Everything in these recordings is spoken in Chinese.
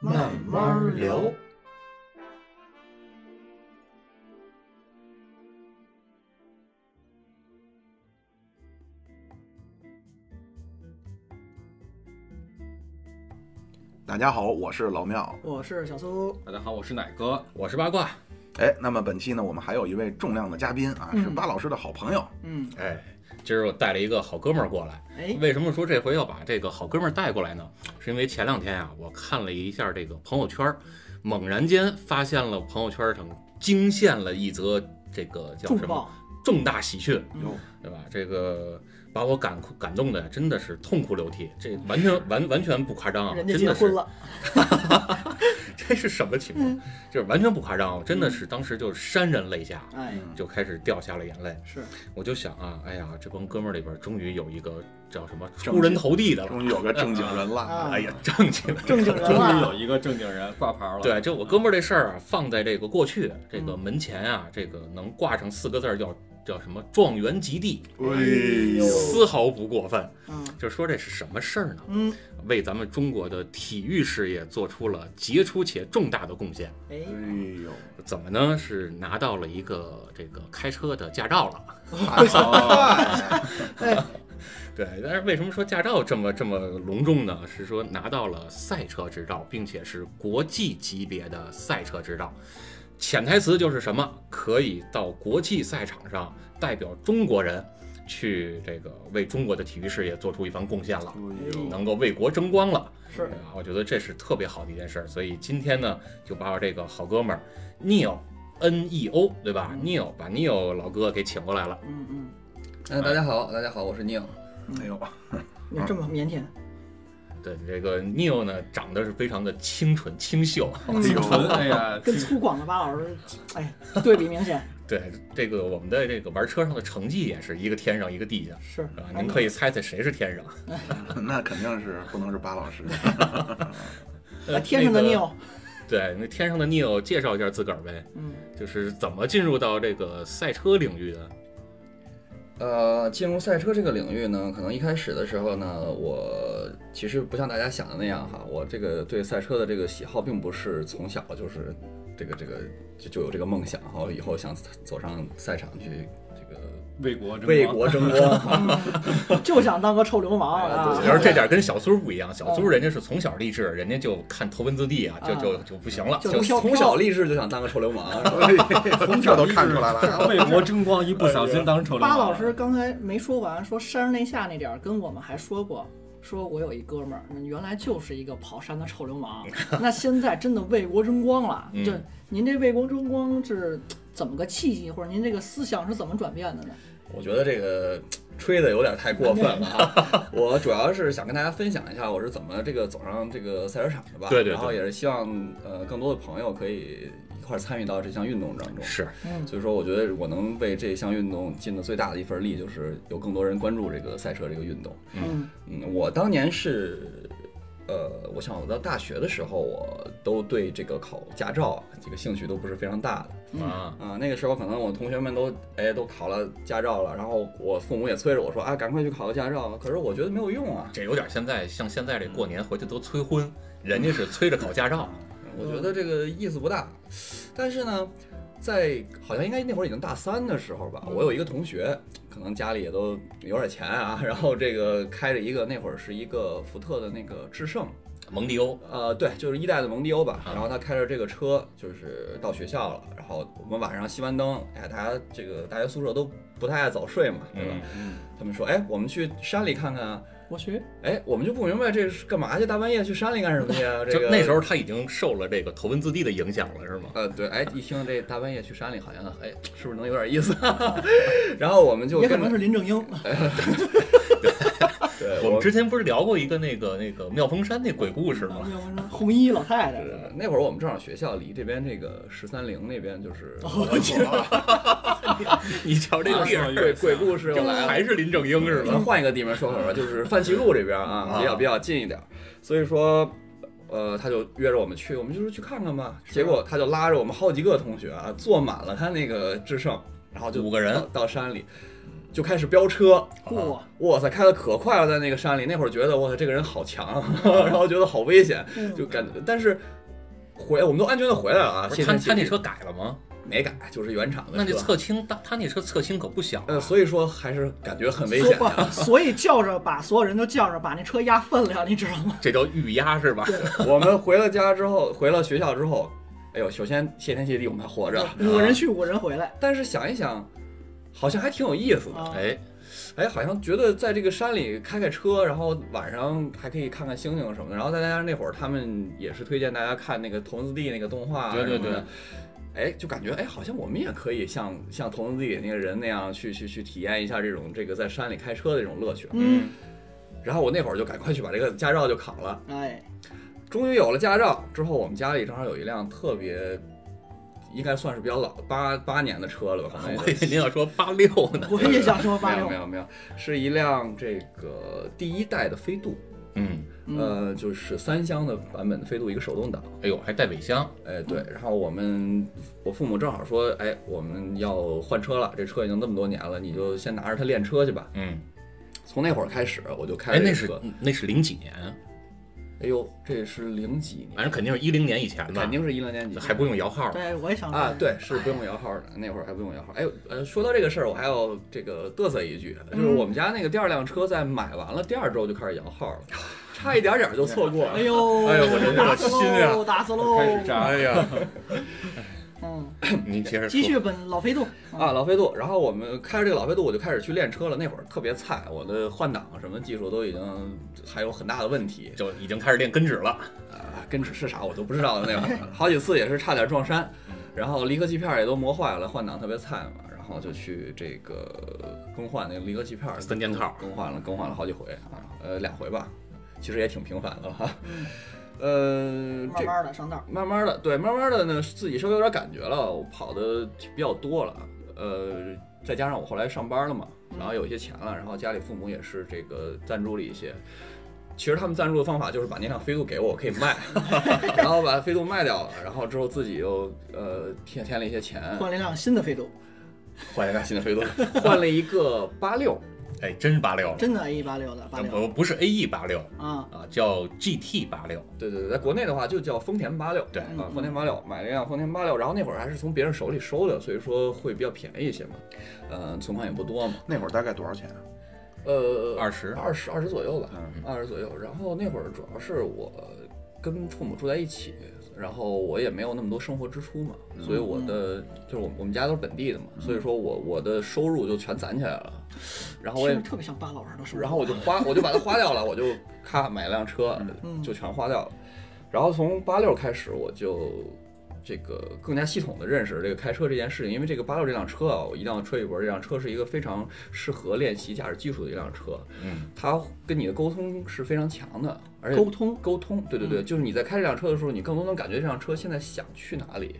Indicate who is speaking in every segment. Speaker 1: 慢慢聊。
Speaker 2: 大家好，我是老庙。
Speaker 3: 我是小苏，
Speaker 4: 大家好，我是奶哥。
Speaker 1: 我是八卦，
Speaker 2: 哎，那么本期呢，我们还有一位重量的嘉宾啊，是
Speaker 3: 嗯
Speaker 2: 巴老师的好朋友。
Speaker 3: 嗯，
Speaker 1: 哎，今儿我带了一个好哥们儿过来。
Speaker 3: 哎，
Speaker 1: 为什么说这回要把这个好哥们儿带过来呢？是因为前两天啊，我看了一下这个朋友圈儿，猛然间发现了朋友圈上惊现了一则这个叫
Speaker 3: 重
Speaker 1: 什么
Speaker 3: 磅，
Speaker 1: 重大喜讯，
Speaker 2: 哟，
Speaker 1: 对吧？这个把我感哭感动的真的是痛哭流涕，这完全完完全不夸张啊，
Speaker 3: 人家
Speaker 1: 真
Speaker 3: 结
Speaker 1: 的
Speaker 3: 婚
Speaker 1: 是
Speaker 3: 了，嗯
Speaker 1: 这是 什么情况？就是完全不夸张啊，真的是当时就潸然泪下，
Speaker 3: 哎，
Speaker 2: 嗯
Speaker 1: 就开始掉下了眼泪。
Speaker 3: 是
Speaker 1: 我就想啊，哎呀，这帮哥们儿里边儿终于有一个叫什么
Speaker 2: 正
Speaker 1: 出人头地的了，
Speaker 2: 嗯终于有个正经人了。
Speaker 3: 啊
Speaker 1: 哎呀，正经的。
Speaker 3: 正嗯经人
Speaker 4: 终于有
Speaker 3: 了，
Speaker 4: 一个正经人挂牌了。
Speaker 1: 对，这我哥们儿这事儿啊，放在这个过去这
Speaker 3: 嗯
Speaker 1: 个门前啊，这个能挂上四个字儿叫叫什么“状元及第
Speaker 2: 哎
Speaker 3: 哎”，呦
Speaker 1: 丝毫不过分。
Speaker 3: 嗯
Speaker 1: 就说这是什么事儿呢？
Speaker 3: 嗯，
Speaker 1: 为咱们中国的体育事业做出了杰出且重大的贡献。
Speaker 3: 哎
Speaker 2: 哎，呦，
Speaker 1: 怎么呢？是拿到了一个这个开车的驾照了。
Speaker 2: 哎
Speaker 1: 对，但是为什么说驾照这么这么隆重呢？是说拿到了赛车执照，并且是国际级别的赛车执照。潜台词就是什么？可以到国际赛场上代表中国人去这个为中国的体育事业做出一番贡献了，
Speaker 2: 哎呦，
Speaker 1: 能够为国争光了。
Speaker 3: 是
Speaker 1: 对吧？啊我觉得这是特别好的一件事儿。所以今天呢，就把我这个好哥们儿 Neo N E O 对吧、n e o 把 Neo 老哥给请过来了。
Speaker 3: 嗯嗯，
Speaker 5: 嗯，大家好，大家好，我是宁。
Speaker 2: 哎呦，
Speaker 3: 你这么腼
Speaker 1: 啊
Speaker 3: 腆，
Speaker 1: 对，这个 Neo 呢，长得是非常的清纯清秀。
Speaker 4: 清纯，哎呀，
Speaker 3: 嗯 跟粗犷的巴老师，哎，对比明显
Speaker 1: 对，这个我们的这个玩车上的成绩也是一个天上一个地下，
Speaker 3: 是
Speaker 1: 是吧？您可以猜猜谁是天上？
Speaker 2: 那肯定是不能是巴老师。
Speaker 1: 呃，
Speaker 3: 哎天上的
Speaker 1: 那个
Speaker 3: Neo，
Speaker 1: 对，那天上的 Neo 介绍一下自个儿呗，
Speaker 3: 嗯，
Speaker 1: 就是怎么进入到这个赛车领域的？
Speaker 5: 呃，进入赛车这个领域呢，可能一开始的时候呢，我其实不像大家想的那样哈，我这个对赛车的这个喜好并不是从小就是这个这个就就有这个梦想，然后以后想走上赛场去这个
Speaker 4: 为国争光
Speaker 5: 为国 争光哈。
Speaker 3: 就想当个臭流氓
Speaker 1: 哎
Speaker 3: 啊
Speaker 1: 你，要是这点儿跟小苏不一样，小苏人家是从小立志，人家就看头文字 D 啊，就就就不行了。
Speaker 3: 就
Speaker 5: 就
Speaker 3: 飘
Speaker 5: 从小立志就想当个臭流氓，是吧
Speaker 2: 从 这都看出来了，
Speaker 4: 哎为国争光，一不小心当成
Speaker 3: 巴老师刚才没说完，说山上那下那点儿，跟我们还说过，说我有一哥们儿，原来就是一个跑山的臭流氓，
Speaker 5: 嗯
Speaker 3: 那现在真的为国争光了。
Speaker 1: 嗯
Speaker 3: 就您这为国争光是怎么个契机，或者您这个思想是怎么转变的呢？
Speaker 5: 我觉得这个吹的有点太过分了哈。我主要是想跟大家分享一下我是怎么这个走上这个赛车场的吧。
Speaker 1: 对对对
Speaker 5: 然后也是希望呃更多的朋友可以一块儿参与到这项运动当中。
Speaker 1: 是，
Speaker 3: 嗯，
Speaker 5: 所以说，我觉得我能为这项运动尽的最大的一份力，就是有更多人关注这个赛车这个运动。
Speaker 3: 嗯
Speaker 5: 嗯，我当年是，呃，我想我到大学的时候，我都对这个考驾照这个兴趣都不是非常大的。
Speaker 1: 啊，
Speaker 5: 啊、那个时候可能我同学们都哎都考了驾照了，然后我父母也催着我说啊，赶快去考个驾照。可是我觉得没有用啊，
Speaker 1: 这有点现在像现在这过年回去都催婚，
Speaker 5: 嗯
Speaker 1: 人家是催着考驾照。
Speaker 5: 我
Speaker 1: 嗯
Speaker 5: 觉得这个意思不大。但是呢，在好像应该那会儿已经大三的时候吧，我有
Speaker 1: 嗯
Speaker 5: 一个同学，可能家里也都有点钱啊， 然后这个开着一个那会儿是一个福特的那个致胜，
Speaker 1: 蒙迪欧，
Speaker 5: 呃，对，就是一代的蒙迪欧吧。
Speaker 1: 啊
Speaker 5: 然后他开着这个车，就是到学校了。然后我们晚上熄完灯，哎，大家这个大学宿舍都不太爱早睡嘛，对吧？
Speaker 1: 嗯
Speaker 5: 他们说，哎，我们去山里看看啊。
Speaker 3: 我去，
Speaker 5: 哎，我们就不明白这是干嘛去？大半夜去山里干什么 去啊？这
Speaker 1: 就
Speaker 5: 个
Speaker 1: 那时候他已经受了这个头文字 D 的影响了，是吗？
Speaker 5: 呃，对，哎，一听这大半夜去山里，好像 哎，是不是能有点意思？然后我们就
Speaker 3: 也可
Speaker 5: 跟
Speaker 3: 能
Speaker 5: 着
Speaker 3: 是林正英，
Speaker 5: 对，
Speaker 1: 我
Speaker 5: 我
Speaker 1: 们之前不是聊过一个那个那个妙峰山那鬼故事
Speaker 5: 嗯
Speaker 1: 吗？
Speaker 3: 要不然 红衣老太太，
Speaker 5: 是那会儿我们正好学校离这边这个十三陵那边就是
Speaker 1: 哦
Speaker 2: 我操
Speaker 1: 你瞧这地儿，
Speaker 5: 鬼鬼故啊事又
Speaker 1: 这
Speaker 5: 来了。嗯
Speaker 1: 还是林正英是
Speaker 5: 咱
Speaker 1: 吧？
Speaker 5: 换一个地名说法吧，就是范齐路这边啊，
Speaker 2: 啊
Speaker 5: 比较比较近一点儿。所以说，呃，他就约着我们去，我们就说去看看吧。结
Speaker 1: 啊
Speaker 5: 果他就拉着我们好几个同学啊，坐满了他那个智胜，然后就
Speaker 1: 五个人
Speaker 5: 到到山里，就开始飙车。
Speaker 3: 嚯，
Speaker 5: 哇塞，开的可快了，在那个山里。那会儿觉得哇塞，这个人好强 啊，然后觉得好危险，
Speaker 3: 嗯
Speaker 5: 就感觉，但是。回我们都安全的回来了啊！
Speaker 1: 不
Speaker 5: 谢
Speaker 1: 是
Speaker 5: 天
Speaker 1: 他
Speaker 5: 谢
Speaker 1: 他那
Speaker 5: 地
Speaker 1: 车改了吗？
Speaker 5: 没改，就是原厂的车。
Speaker 1: 那那侧倾，他他那车侧倾可不小啊。
Speaker 5: 呃，所以说还是感觉很危
Speaker 3: 所
Speaker 5: 险啊的。
Speaker 3: 不，所以叫着把所有人都叫着把那车压分量，你知道
Speaker 5: 嗯
Speaker 3: 吗？
Speaker 1: 这叫预压是吧？
Speaker 5: 我们回了家之后，回了学校之后，哎呦，首先谢天谢地我们还活着，
Speaker 3: 五个人去，五个人回来，
Speaker 5: 但是想一想，好像还挺有意思的。
Speaker 3: 啊
Speaker 1: 哎，
Speaker 5: 哎，好像觉得在这个山里开开车，然后晚上还可以看看星星什么的。然后再加上那会儿他们也是推荐大家看那个《头文字 D》那个动画，
Speaker 1: 对对对。
Speaker 5: 哎，就感觉哎，好像我们也可以像像《头文字 D》里那个人那样去去去体验一下这种这个在山里开车的这种乐趣。啊
Speaker 3: 嗯，
Speaker 5: 然后我那会儿就赶快去把这个驾照就考了。
Speaker 3: 哎，
Speaker 5: 终于有了驾照之后，我们家里正好有一辆特别，应该算是比较老八八年的车了吧，可能
Speaker 1: 我以为您要说八六呢。
Speaker 3: 我也想说八
Speaker 5: 没有
Speaker 3: 六
Speaker 5: 没，有没有，是一辆这个第一代的飞度，
Speaker 1: 嗯，
Speaker 3: 嗯，
Speaker 5: 呃，就是三厢的版本的飞度，一个手动挡，
Speaker 1: 哎呦，还带尾箱，
Speaker 5: 哎对，然后我们我父母正好说，哎，我们要换车了，这车已经这么多年了，你就先拿着它练车去吧。
Speaker 1: 嗯，
Speaker 5: 从那会儿开始，我就开
Speaker 1: 哎，
Speaker 5: 着
Speaker 1: 那
Speaker 5: 这
Speaker 1: 是
Speaker 5: 车，
Speaker 1: 那是零几年，
Speaker 5: 哎呦，这是零几
Speaker 1: 反
Speaker 5: 年，
Speaker 1: 正肯定是一零年以前吧，
Speaker 5: 肯定是一零年级，
Speaker 1: 还不用摇号呢。
Speaker 3: 对，我也想说
Speaker 5: 啊，，对，是不用摇号的，那会儿还不用摇号。哎，呃，说到这个事儿，我还要这个嘚瑟一句，就是
Speaker 1: 嗯
Speaker 5: 我们家那个第二辆车在买完了第二周就开始摇号了，差一点点就错过了。
Speaker 3: 哎呦，
Speaker 1: 哎呦我真是
Speaker 3: 打死
Speaker 1: 心啊
Speaker 3: 喽，打死喽，
Speaker 4: 开始炸，
Speaker 1: 哎呀，
Speaker 3: 嗯，
Speaker 1: 你接着说
Speaker 3: 继续本老飞度
Speaker 5: 啊，，老飞度，然后我们开着这个老飞度，我就开始去练车了。那会儿特别菜，我的换挡什么技术都已经还有很大的问题
Speaker 1: 就已经开始练根指了。
Speaker 5: 啊，跟指是啥我都不知道的那会儿，好几次也是差点撞山，
Speaker 3: 嗯
Speaker 5: 然后离合器片儿也都磨坏了，换挡特别菜嘛，然后就去这个更换那个离合器片儿，
Speaker 1: 三件套
Speaker 5: 更换了，更换了好几回啊，呃，两回吧，其实也挺频繁的了哈。呃，
Speaker 3: 嗯慢
Speaker 5: 这
Speaker 3: 慢的上道，
Speaker 5: 慢慢的，对，慢慢的呢，自己稍微有点感觉了，我跑的比较多了，呃，再加上我后来上班了嘛，然后有一些钱了，然后家里父母也是这个赞助了一些。其实他们赞助的方法就是把那辆飞度给我，我可以卖， 然后把飞度卖掉了，然后之后自己又呃添添了一些钱，
Speaker 3: 换了一辆新的飞度，
Speaker 5: 换了一辆新的飞度，换了一个八六，
Speaker 1: 哎，真是八六，
Speaker 3: 真的 A 八六的八六
Speaker 1: 不不是 A E 八六
Speaker 3: 啊，
Speaker 1: 啊，叫 G T 八六。
Speaker 5: 对对对，在国内的话就叫丰田八六，
Speaker 1: 对
Speaker 5: 啊，丰田八六买了一辆丰田八六，然后那会儿还是从别人手里收的，所以说会比较便宜一些嘛，呃，存款也不多嘛，
Speaker 2: 那会儿大概多少钱啊？
Speaker 5: 呃，
Speaker 1: 20
Speaker 5: 二十二十左右吧，
Speaker 2: 嗯，
Speaker 5: 二十左右。然后那会儿主要是我跟父母住在一起，然后我也没有那么多生活支出嘛，所以我的就是我我们家都是本地的嘛，所以说我我的收入就全攒起来了，然后我
Speaker 3: 听
Speaker 5: 也
Speaker 3: 着特别像巴老师的说，
Speaker 5: 然后我就花，我就把它花掉了，我就咔买辆车，
Speaker 3: 嗯
Speaker 5: 就全花掉了。然后从八六开始，我就这个更加系统的认识了这个开车这件事情，因为这个八六这辆车啊，我一定要吹一波，这辆车是一个非常适合练习驾驶技术的一辆车，
Speaker 1: 嗯，
Speaker 5: 它跟你的沟通是非常强的，而且
Speaker 3: 沟通
Speaker 5: 沟通，对对对，
Speaker 1: 嗯
Speaker 5: 就是你在开这辆车的时候，你更多能感觉这辆车现在想去哪里，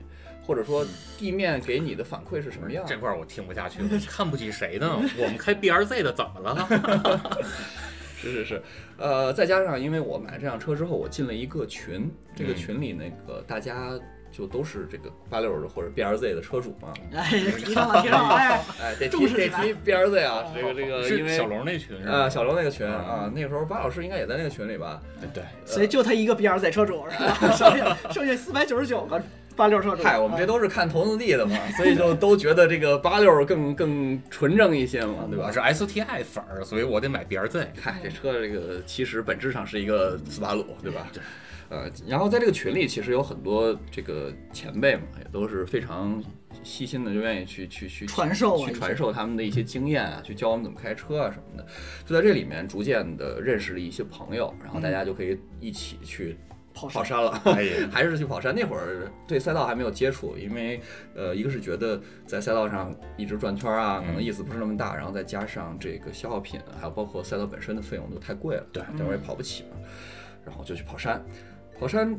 Speaker 5: 或者
Speaker 1: 嗯
Speaker 5: 说地面给你的反馈是什么样。
Speaker 1: 这块儿我听不下去了，看不起谁呢？我们开 B R Z 的怎么了？
Speaker 5: 是是是，呃，再加上因为我买这辆车之后，我进了一个群，这个
Speaker 1: 嗯
Speaker 5: 群里那个大家就都是这个八六的或者 BRZ 的车主嘛，
Speaker 1: 啊
Speaker 3: 哎，提上了提上了，哎，
Speaker 5: 哎，得提
Speaker 3: 重视
Speaker 5: 得
Speaker 3: 起来
Speaker 5: 提 BRZ 啊
Speaker 3: 哦，
Speaker 5: 这个这个，因
Speaker 1: 是
Speaker 5: 为
Speaker 1: 小龙嗯那群是吧
Speaker 5: 啊小龙那个群啊，那个时候巴老师应该也在那个群里吧？
Speaker 1: 哎对，
Speaker 3: 所以就他一个 B 二在车主，是 吧？剩下剩下四百九十九个八六车主，
Speaker 5: 嗨，我们这都是看头文字 D 的嘛，所以就都觉得这个八六更更纯正一些嘛，对吧
Speaker 1: 我？是 S T I 粉儿，所以我得买 B R Z。
Speaker 5: 看这车这个其实本质上是一个斯巴鲁，对吧？对。呃，然后在这个群里，其实有很多这个前辈嘛，也都是非常细心的，就愿意去去去
Speaker 3: 传授啊
Speaker 5: 去传授他们的一些经验啊，去教我们怎么开车啊什么的。就在这里面逐渐的认识了一些朋友，然后大家就可以一起去
Speaker 3: 跑
Speaker 5: 跑
Speaker 3: 嗯山。
Speaker 5: 山了，
Speaker 6: 哎呀，
Speaker 5: 还是去跑山。那会儿对赛道还没有接触，因为呃，一个是觉得在赛道上一直转圈儿啊，可
Speaker 1: 嗯
Speaker 5: 能意思不是那么大，然后再加上这个消耗品，还有包括赛道本身的费用都太贵了，
Speaker 1: 对嗯
Speaker 5: 这玩意儿也跑不起嘛。然后就去跑山，跑山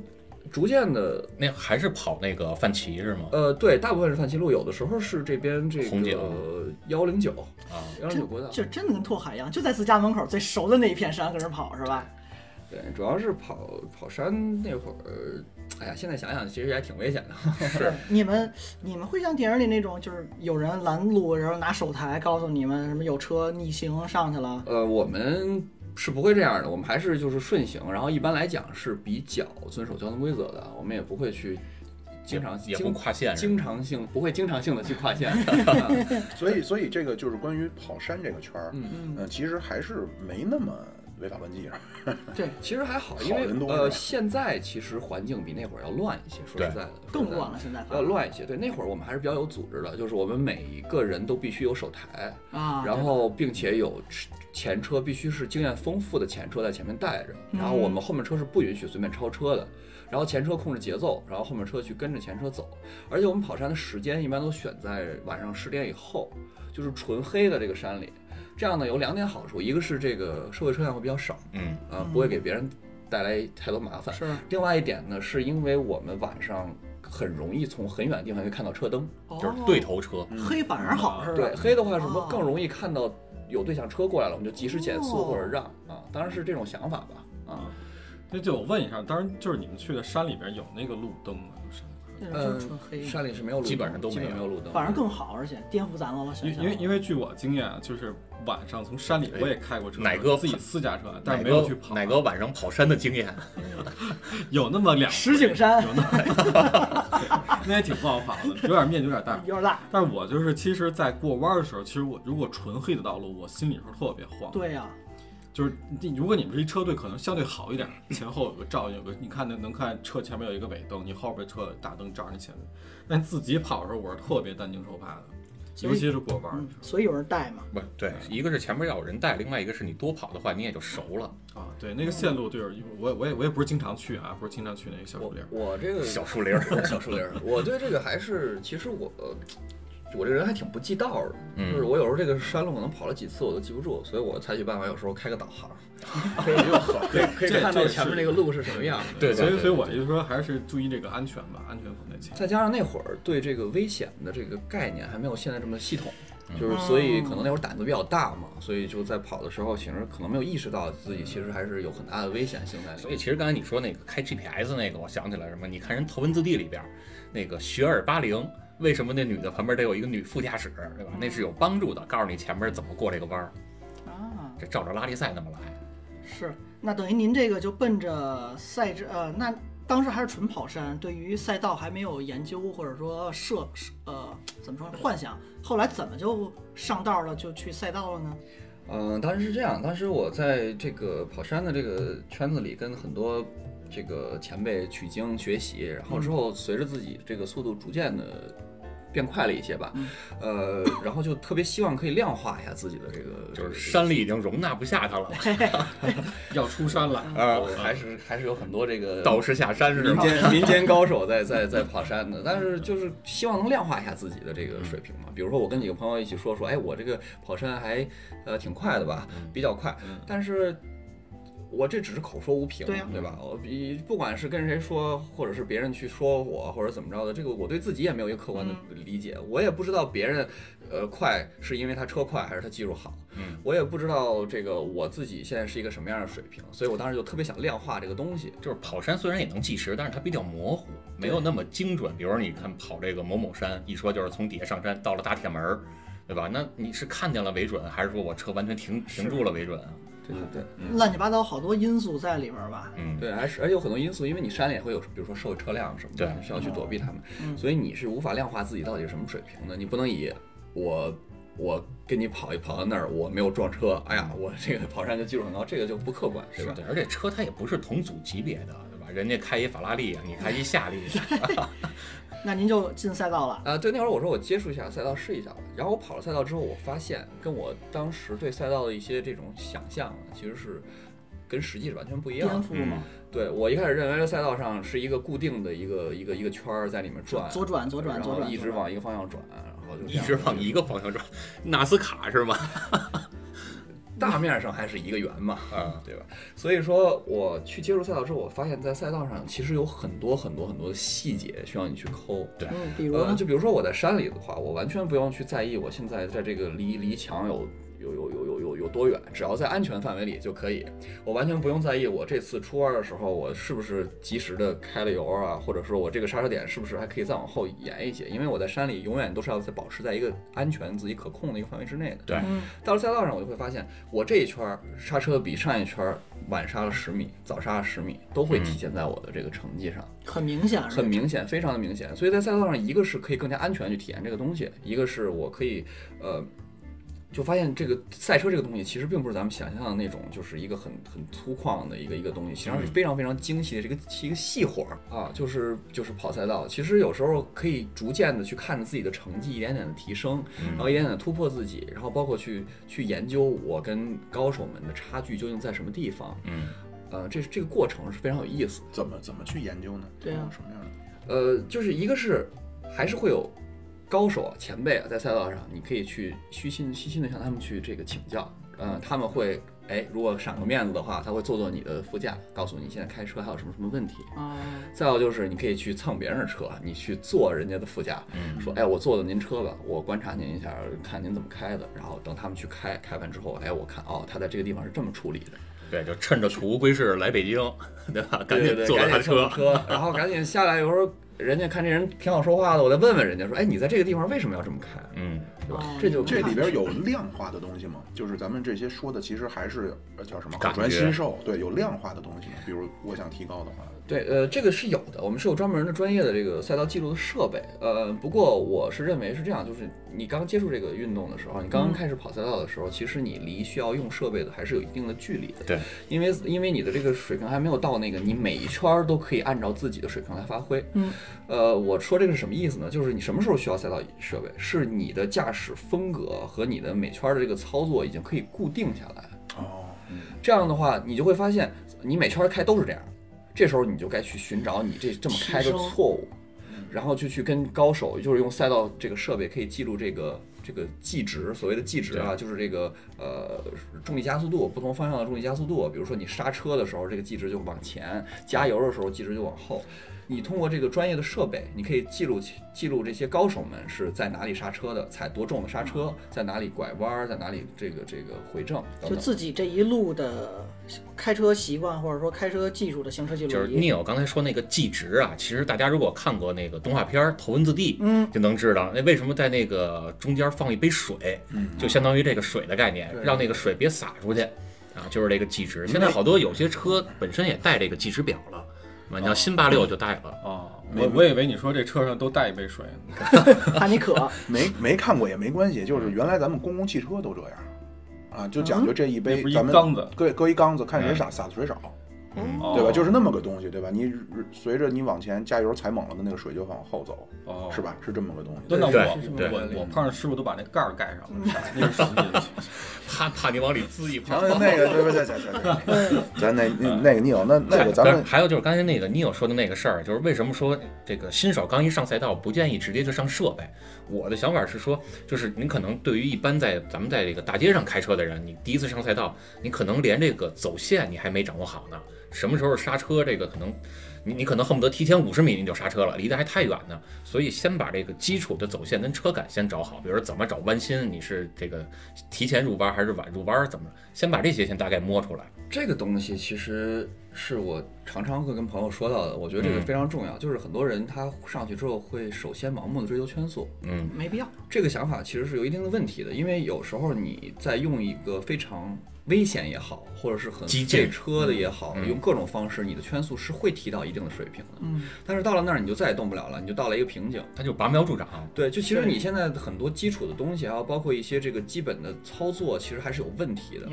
Speaker 5: 逐渐的，
Speaker 1: 那还是跑那个范奇是吗？
Speaker 5: 呃，对，大部分是泛西路，有的时候是这边这
Speaker 1: 红警
Speaker 5: 个幺零九
Speaker 1: 啊，
Speaker 5: 幺零九国道，
Speaker 3: 就真的跟拓海一样，就在自家门口最熟的那一片山跟人跑是吧？
Speaker 5: 对，主要是跑跑山那会儿，哎呀，现在想想其实也挺危险的。
Speaker 3: 是你们你们会像电影里那种，就是有人拦路，然后拿手台告诉你们什么有车逆行上去了，
Speaker 5: 呃，我们是不会这样的，我们还是就是顺行，然后一般来讲是比较遵守交通规则的，我们也不会去经常
Speaker 1: 也不
Speaker 5: 经
Speaker 1: 跨线是吧
Speaker 5: 经常性不会经常性的去跨线。
Speaker 2: 所以所以这个就是关于跑山这个圈儿，
Speaker 5: 嗯，
Speaker 3: 嗯，
Speaker 2: 嗯，其实还是没那么违法乱纪啊。
Speaker 5: 其实还好，因
Speaker 2: 好
Speaker 5: 为
Speaker 2: 人多
Speaker 5: 呃
Speaker 2: 是吧
Speaker 5: 现在其实环境比那会儿要乱一些，说
Speaker 1: 对
Speaker 5: 实在的，说
Speaker 3: 更
Speaker 5: 实在的
Speaker 3: 乱了现在反而
Speaker 5: 要呃乱一些。对，那会儿我们还是比较有组织的，就是我们每一个人都必须有手台，
Speaker 3: 啊，
Speaker 5: 然后并且有车前车必须是经验丰富的前车在前面带着，
Speaker 3: 嗯
Speaker 5: 然后我们后面车是不允许随便超车的，然后前车控制节奏，然后后面车去跟着前车走，而且我们跑山的时间一般都选在晚上十点以后，就是纯黑的这个山里，这样呢有两点好处，一个是这个社会车辆会比较少，
Speaker 1: 嗯，
Speaker 5: 啊、不会给别人带来太多麻烦，
Speaker 3: 是
Speaker 5: 另外一点呢，是因为我们晚上很容易从很远的地方就看到车灯，
Speaker 1: 就是对头车，
Speaker 3: 哦黑反而好是吧？
Speaker 5: 对，黑的话是
Speaker 3: 哦
Speaker 5: 么更容易看到有对向车过来了，我们就及时减速
Speaker 3: 哦
Speaker 5: 或者让啊，当然是这种想法吧啊。
Speaker 4: 那就我问一下，当然就是你们去的山里边有那个路灯吗？就是
Speaker 3: 对，就
Speaker 5: 呃
Speaker 3: 是纯，黑，
Speaker 5: 山里是没有路灯，
Speaker 1: 基本上都
Speaker 5: 基本
Speaker 1: 没
Speaker 5: 没
Speaker 1: 有
Speaker 5: 有路灯，
Speaker 3: 反而更好，而且颠覆咱们了。想
Speaker 4: 因
Speaker 3: 想
Speaker 4: 因为因为据我经验啊，就是晚上从山里我也开过车，
Speaker 1: 哪个
Speaker 4: 自己私家车，
Speaker 1: 哪
Speaker 4: 但是没
Speaker 1: 个
Speaker 4: 有去跑
Speaker 1: 哪个晚上跑山的经验？
Speaker 4: 有那么两回
Speaker 3: 石景山
Speaker 4: 有那么 那也挺不好跑的，有点面有点大。
Speaker 3: 有点大，
Speaker 4: 但是我就是，其实，在过弯的时候，其实我如果纯黑的道路，我心里是特别慌。，
Speaker 3: 对呀，
Speaker 4: 就是你，如果你们是一车队，可能相对好一点，前后有个照应，有个你看能能看车前面有一个尾灯，你后边车有大灯照着你前面。但自己跑的时候，我是特别担惊受怕的，
Speaker 3: 所以
Speaker 4: 尤其是过弯
Speaker 3: 嗯
Speaker 4: 的时，
Speaker 3: 所以有人带嘛，
Speaker 1: 不，对，一个是前面要有人带，另外一个是你多跑的话，你也就熟了。
Speaker 4: 候啊。对，那个线路就是我我也我也不是经常去啊，不是经常去那个小树
Speaker 5: 我
Speaker 4: 林。
Speaker 5: 我这个
Speaker 1: 小树林儿，
Speaker 5: 小树林儿，我对这个还是其实我呃我这人还挺不记道的，
Speaker 1: 嗯
Speaker 5: 就是我有时候这个山路可能跑了几次我都记不住，所以我采取办法有时候开个导 航，
Speaker 4: 对，
Speaker 5: 可以看到前面那个路是什么样的。
Speaker 1: 对
Speaker 4: 所
Speaker 1: 对
Speaker 4: 以
Speaker 1: 对
Speaker 4: 所以我就说还是注意这个安全吧，安全放在前。
Speaker 5: 再加上那会儿对这个危险的这个概念还没有现在这么系统，
Speaker 1: 嗯
Speaker 5: 就是所以可能那会儿胆子比较大嘛，所以就在跑的时候，其实可能没有意识到自己其实还是有很大的危险性在里面。
Speaker 1: 所以其实刚才你说那个开 GPS 那个，我想起来什么？你看人头文字 D 里边儿那个雪尔八零，为什么那女的旁边得有一个女副驾驶，对吧？那是有帮助的，告诉你前面怎么过这个弯儿，
Speaker 3: 啊，
Speaker 1: 这照着拉力赛那么来。
Speaker 3: 是，那等于您这个就奔着赛制，呃，那当时还是纯跑山，对于赛道还没有研究，或者说设，呃，怎么说呢幻想，后来怎么就上道了，就去赛道了 呢？
Speaker 5: 嗯，当时是这样，当时我在这个跑山的这个圈子里，跟很多这个前辈取经学习，然
Speaker 1: 嗯
Speaker 5: 后之后随着自己这个速度逐渐的变快了一些吧，
Speaker 1: 嗯
Speaker 5: 呃，然后就特别希望可以量化一下自己的这个
Speaker 1: 就是
Speaker 5: 这个
Speaker 1: 山里已经容纳不下他了，
Speaker 4: 要出山了，
Speaker 3: 嗯
Speaker 1: 啊，
Speaker 5: 我还是还是有很多这个
Speaker 1: 道士下山是
Speaker 5: 民
Speaker 1: 吧？
Speaker 5: 间民间高手在在在跑山的，但是就是希望能量化一下自己的这个水平嘛。比如说我跟几个朋友一起说说，哎，我这个跑山还呃挺快的吧，比较快，但是。我这只是口说无凭，
Speaker 3: 对呀
Speaker 5: 吧？我比不管是跟谁说，或者是别人去说我，或者怎么着的，这个我对自己也没有一个客观的理解，我也不知道别人，呃，快是因为他车快还是他技术好，
Speaker 1: 嗯，
Speaker 5: 我也不知道这个我自己现在是一个什么样的水平，所以我当时就特别想量化这个东西，
Speaker 1: 就是跑山虽然也能计时，但是它比较模糊，没有那么精准。比如你看跑这个某某山，一说就是从底下上山到了大铁门儿，对吧？那你是看见了为准，还是说我车完全停停住了为准啊？
Speaker 5: 这就对。
Speaker 3: 乱七八糟好多因素在里边儿吧？
Speaker 1: 嗯，
Speaker 5: 对，还是而且有很多因素，因为你山里也会有，比如说社会车辆什么的，
Speaker 1: 对
Speaker 5: 你需要去躲避他们，
Speaker 3: 嗯
Speaker 5: 所以你是无法量化自己到底是什么水平的。你不能以我我跟你跑一跑到那儿，我没有撞车，哎呀，我这个跑山就技术很高，这个就不客观，对
Speaker 1: 是
Speaker 5: 吧？
Speaker 1: 对，而且车它也不是同组级别的，对吧？人家开一法拉利，啊你开一夏利，啊
Speaker 3: 那您就进赛道了，
Speaker 5: 啊，对，那会儿我说我接触一下赛道试一下吧，然后我跑了赛道之后，我发现跟我当时对赛道的一些这种想象啊，其实是跟实际是完全不一
Speaker 3: 颠
Speaker 5: 样。
Speaker 3: 覆嘛，
Speaker 5: 对我一开始认为这赛道上是一个固定的一个一个一个圈儿在里面转，
Speaker 3: 左转左转
Speaker 5: 嗯然
Speaker 3: 左
Speaker 5: 后
Speaker 3: 转，
Speaker 5: 一直
Speaker 3: 左转
Speaker 5: 往一个方向转，然后就这
Speaker 1: 一
Speaker 5: 样
Speaker 1: 直往一个方向转，纳斯卡是吗？
Speaker 5: 大面上还是一个圆嘛，
Speaker 1: 啊，
Speaker 5: 对吧？所以说我去接触赛道之后，我发现在赛道上其实有很多很多很多的细节需要你去抠。对
Speaker 3: 嗯，比如
Speaker 5: 呃，
Speaker 3: 呢
Speaker 5: 就比如说我在山里的话，我完全不用去在意我现在在这个离离墙有有有有有有有多远，只要在安全范围里就可以。我完全不用在意我这次出弯的时候，我是不是及时的开了油啊，或者说我这个刹车点是不是还可以再往后延一些？因为我在山里永远都是要在保持在一个安全、自己可控的一个范围之内的。
Speaker 1: 对
Speaker 3: 嗯
Speaker 5: 到了赛道上，我就会发现我这一圈儿刹车比上一圈儿晚刹了十米，早刹了十米，都会
Speaker 3: 嗯
Speaker 5: 体现在我的这个成绩上。
Speaker 3: 很明显，
Speaker 5: 很明显，非常的明显。所以在赛道上，一个是可以更加安全去体验这个东西，一个是我可以，呃，就发现这个赛车这个东西其实并不是咱们想象的那种，就是一个很很粗犷的一个一个东西，实际上是非常非常精细的这个一个细活儿啊，就是就是跑赛道。其实有时候可以逐渐的去看着自己的成绩一点点的提升，然后一点点地突破自己，然后包括去去研究我跟高手们的差距究竟在什么地方。
Speaker 1: 嗯，
Speaker 5: 呃，这这个过程是非常有意思的。
Speaker 2: 怎么怎么去研究呢？
Speaker 3: 对
Speaker 5: 嗯
Speaker 3: 啊
Speaker 2: 什么样的？
Speaker 5: 呃，就是一个是还是会有高手啊、前辈啊在赛道上，你可以去虚心虚心的向他们去这个请教。呃，他们会哎，如果赏个面子的话，他会坐坐你的副驾，告诉你现在开车还有什么什么问题。
Speaker 3: 啊，
Speaker 5: 再有就是你可以去蹭别人的车，你去坐人家的副驾，说哎，我坐坐您车吧，我观察您一下，看您怎么开的。然后等他们去开，开完之后，哎，我看哦，他在这个地方是这么处理的。
Speaker 1: 对，就趁着土无归市来北京，对吧？赶
Speaker 5: 对
Speaker 1: 紧
Speaker 5: 对对
Speaker 1: 坐了
Speaker 5: 赶
Speaker 1: 他
Speaker 5: 紧
Speaker 1: 车嗯
Speaker 5: 上， 车，然后赶紧下来。有时候人家看这人挺好说话的，我再问问人家说，哎，你在这个地方为什么要这么开？
Speaker 1: 嗯，
Speaker 5: 对吧
Speaker 3: 哦
Speaker 5: 这就
Speaker 2: 这里边有量化的东西吗？就是咱们这些说的，其实还是呃叫什么
Speaker 1: 感
Speaker 2: 口
Speaker 1: 觉
Speaker 2: 传心授，对，有量化的东西吗？比如我想提高的话，
Speaker 5: 对，呃，这个是有的，我们是有专门的专业的这个赛道记录的设备。呃，不过我是认为是这样，就是你刚接触这个运动的时候，你
Speaker 1: 嗯
Speaker 5: 刚刚开始跑赛道的时候，其实你离需要用设备的还是有一定的距离的。
Speaker 1: 对，
Speaker 5: 因为因为你的这个水平还没有到那个，你每一圈儿都可以按照自己的水平来发挥。
Speaker 3: 嗯，
Speaker 5: 呃，我说这个是什么意思呢？就是你什么时候需要赛道设备？是你的驾驶风格和你的每圈儿的这个操作已经可以固定下来。
Speaker 2: 哦，
Speaker 5: 这样的话，你就会发现你每圈儿开都是这样，这时候你就该去寻找你这这么开的错误，然后就去跟高手，就是用赛道这个设备可以记录这个这个计值，所谓的计值啊，就是这个呃重力加速度，不同方向的重力加速度，比如说你刹车的时候，这个计值就往前；加油的时候，计值就往后。你通过这个专业的设备，你可以记录起记录这些高手们是在哪里刹车的，踩多重的刹车，在哪里拐弯儿，在哪里这个这个回正等
Speaker 3: 嗯就
Speaker 5: 等。
Speaker 3: 自己这一路的开车习惯或者说开车技术的行车记录
Speaker 1: 就是
Speaker 3: 仪，
Speaker 1: Neil 刚才说那个计值啊，其实大家如果看过那个动画片《头文字 D》，
Speaker 3: 嗯，
Speaker 1: 就能知道那为什么在那个中间放一杯水，就相当于这个水的概念，
Speaker 5: 嗯对嗯
Speaker 1: 让那个水别洒出去啊，就是这个计值。现在好多有些车本身也带这个计时表了，啊，你像新八六就带了，
Speaker 4: 哦，我我以为你说这车上都带一杯水呢。
Speaker 3: 怕 你渴，
Speaker 2: 没没看过也没关系，就是原来咱们公共汽车都这样，啊，就讲究这一
Speaker 4: 那
Speaker 2: 杯
Speaker 4: 不是一
Speaker 2: 咱们
Speaker 4: 缸子
Speaker 2: 搁搁一缸子，看谁洒洒的水少，
Speaker 3: 嗯
Speaker 4: 哦
Speaker 2: 对吧？就是那么个东西，对吧？你随着你往前加油踩猛了的那个水就往后走，
Speaker 4: 哦，
Speaker 2: 是？吧？是这么个东西。
Speaker 4: 那我
Speaker 1: 对
Speaker 5: 对
Speaker 4: 我我碰上师傅都把那盖儿盖上
Speaker 3: 嗯
Speaker 4: 了，啥那是什么意思？
Speaker 1: 怕怕你往里滋一泡
Speaker 2: 然。后 那个，对对对对对对，咱那那那个你有那那个咱们
Speaker 1: 还有就是刚才那个 Neil 说的那个事儿，就是为什么说这个新手刚一上赛道不建议直接就上设备？我的想法是说，就是您可能对于一般在咱们在这个大街上开车的人，你第一次上赛道，你可能连这个走线你还没掌握好呢，什么时候刹车这个可能。你你可能恨不得提前五十米你就刹车了，离得还太远呢，所以先把这个基础的走线跟车感先找好，比如说怎么找弯心，你是这个提前入弯还是晚入弯，怎么着先把这些先大概摸出来。
Speaker 5: 这个东西其实是我常常会跟朋友说到的，我觉得
Speaker 3: 嗯
Speaker 5: 这个非常重要。就是很多人他上去之后会首先盲目的追求圈速，
Speaker 1: 嗯，
Speaker 3: 没必要。
Speaker 5: 这个想法其实是有一定的问题的，因为有时候你在用一个非常危险也好，或者是很
Speaker 1: 激进
Speaker 5: 费车的也好，用各种方式，你的圈速是会提到一定的水平的。
Speaker 3: 嗯，
Speaker 5: 但是到了那儿你就再也动不了了，你就到了一个瓶颈。
Speaker 1: 他就拔苗助长。
Speaker 5: 对，就其实你现在很多基础的东西，还有包括一些这个基本啊的操作，其实还是有问题的。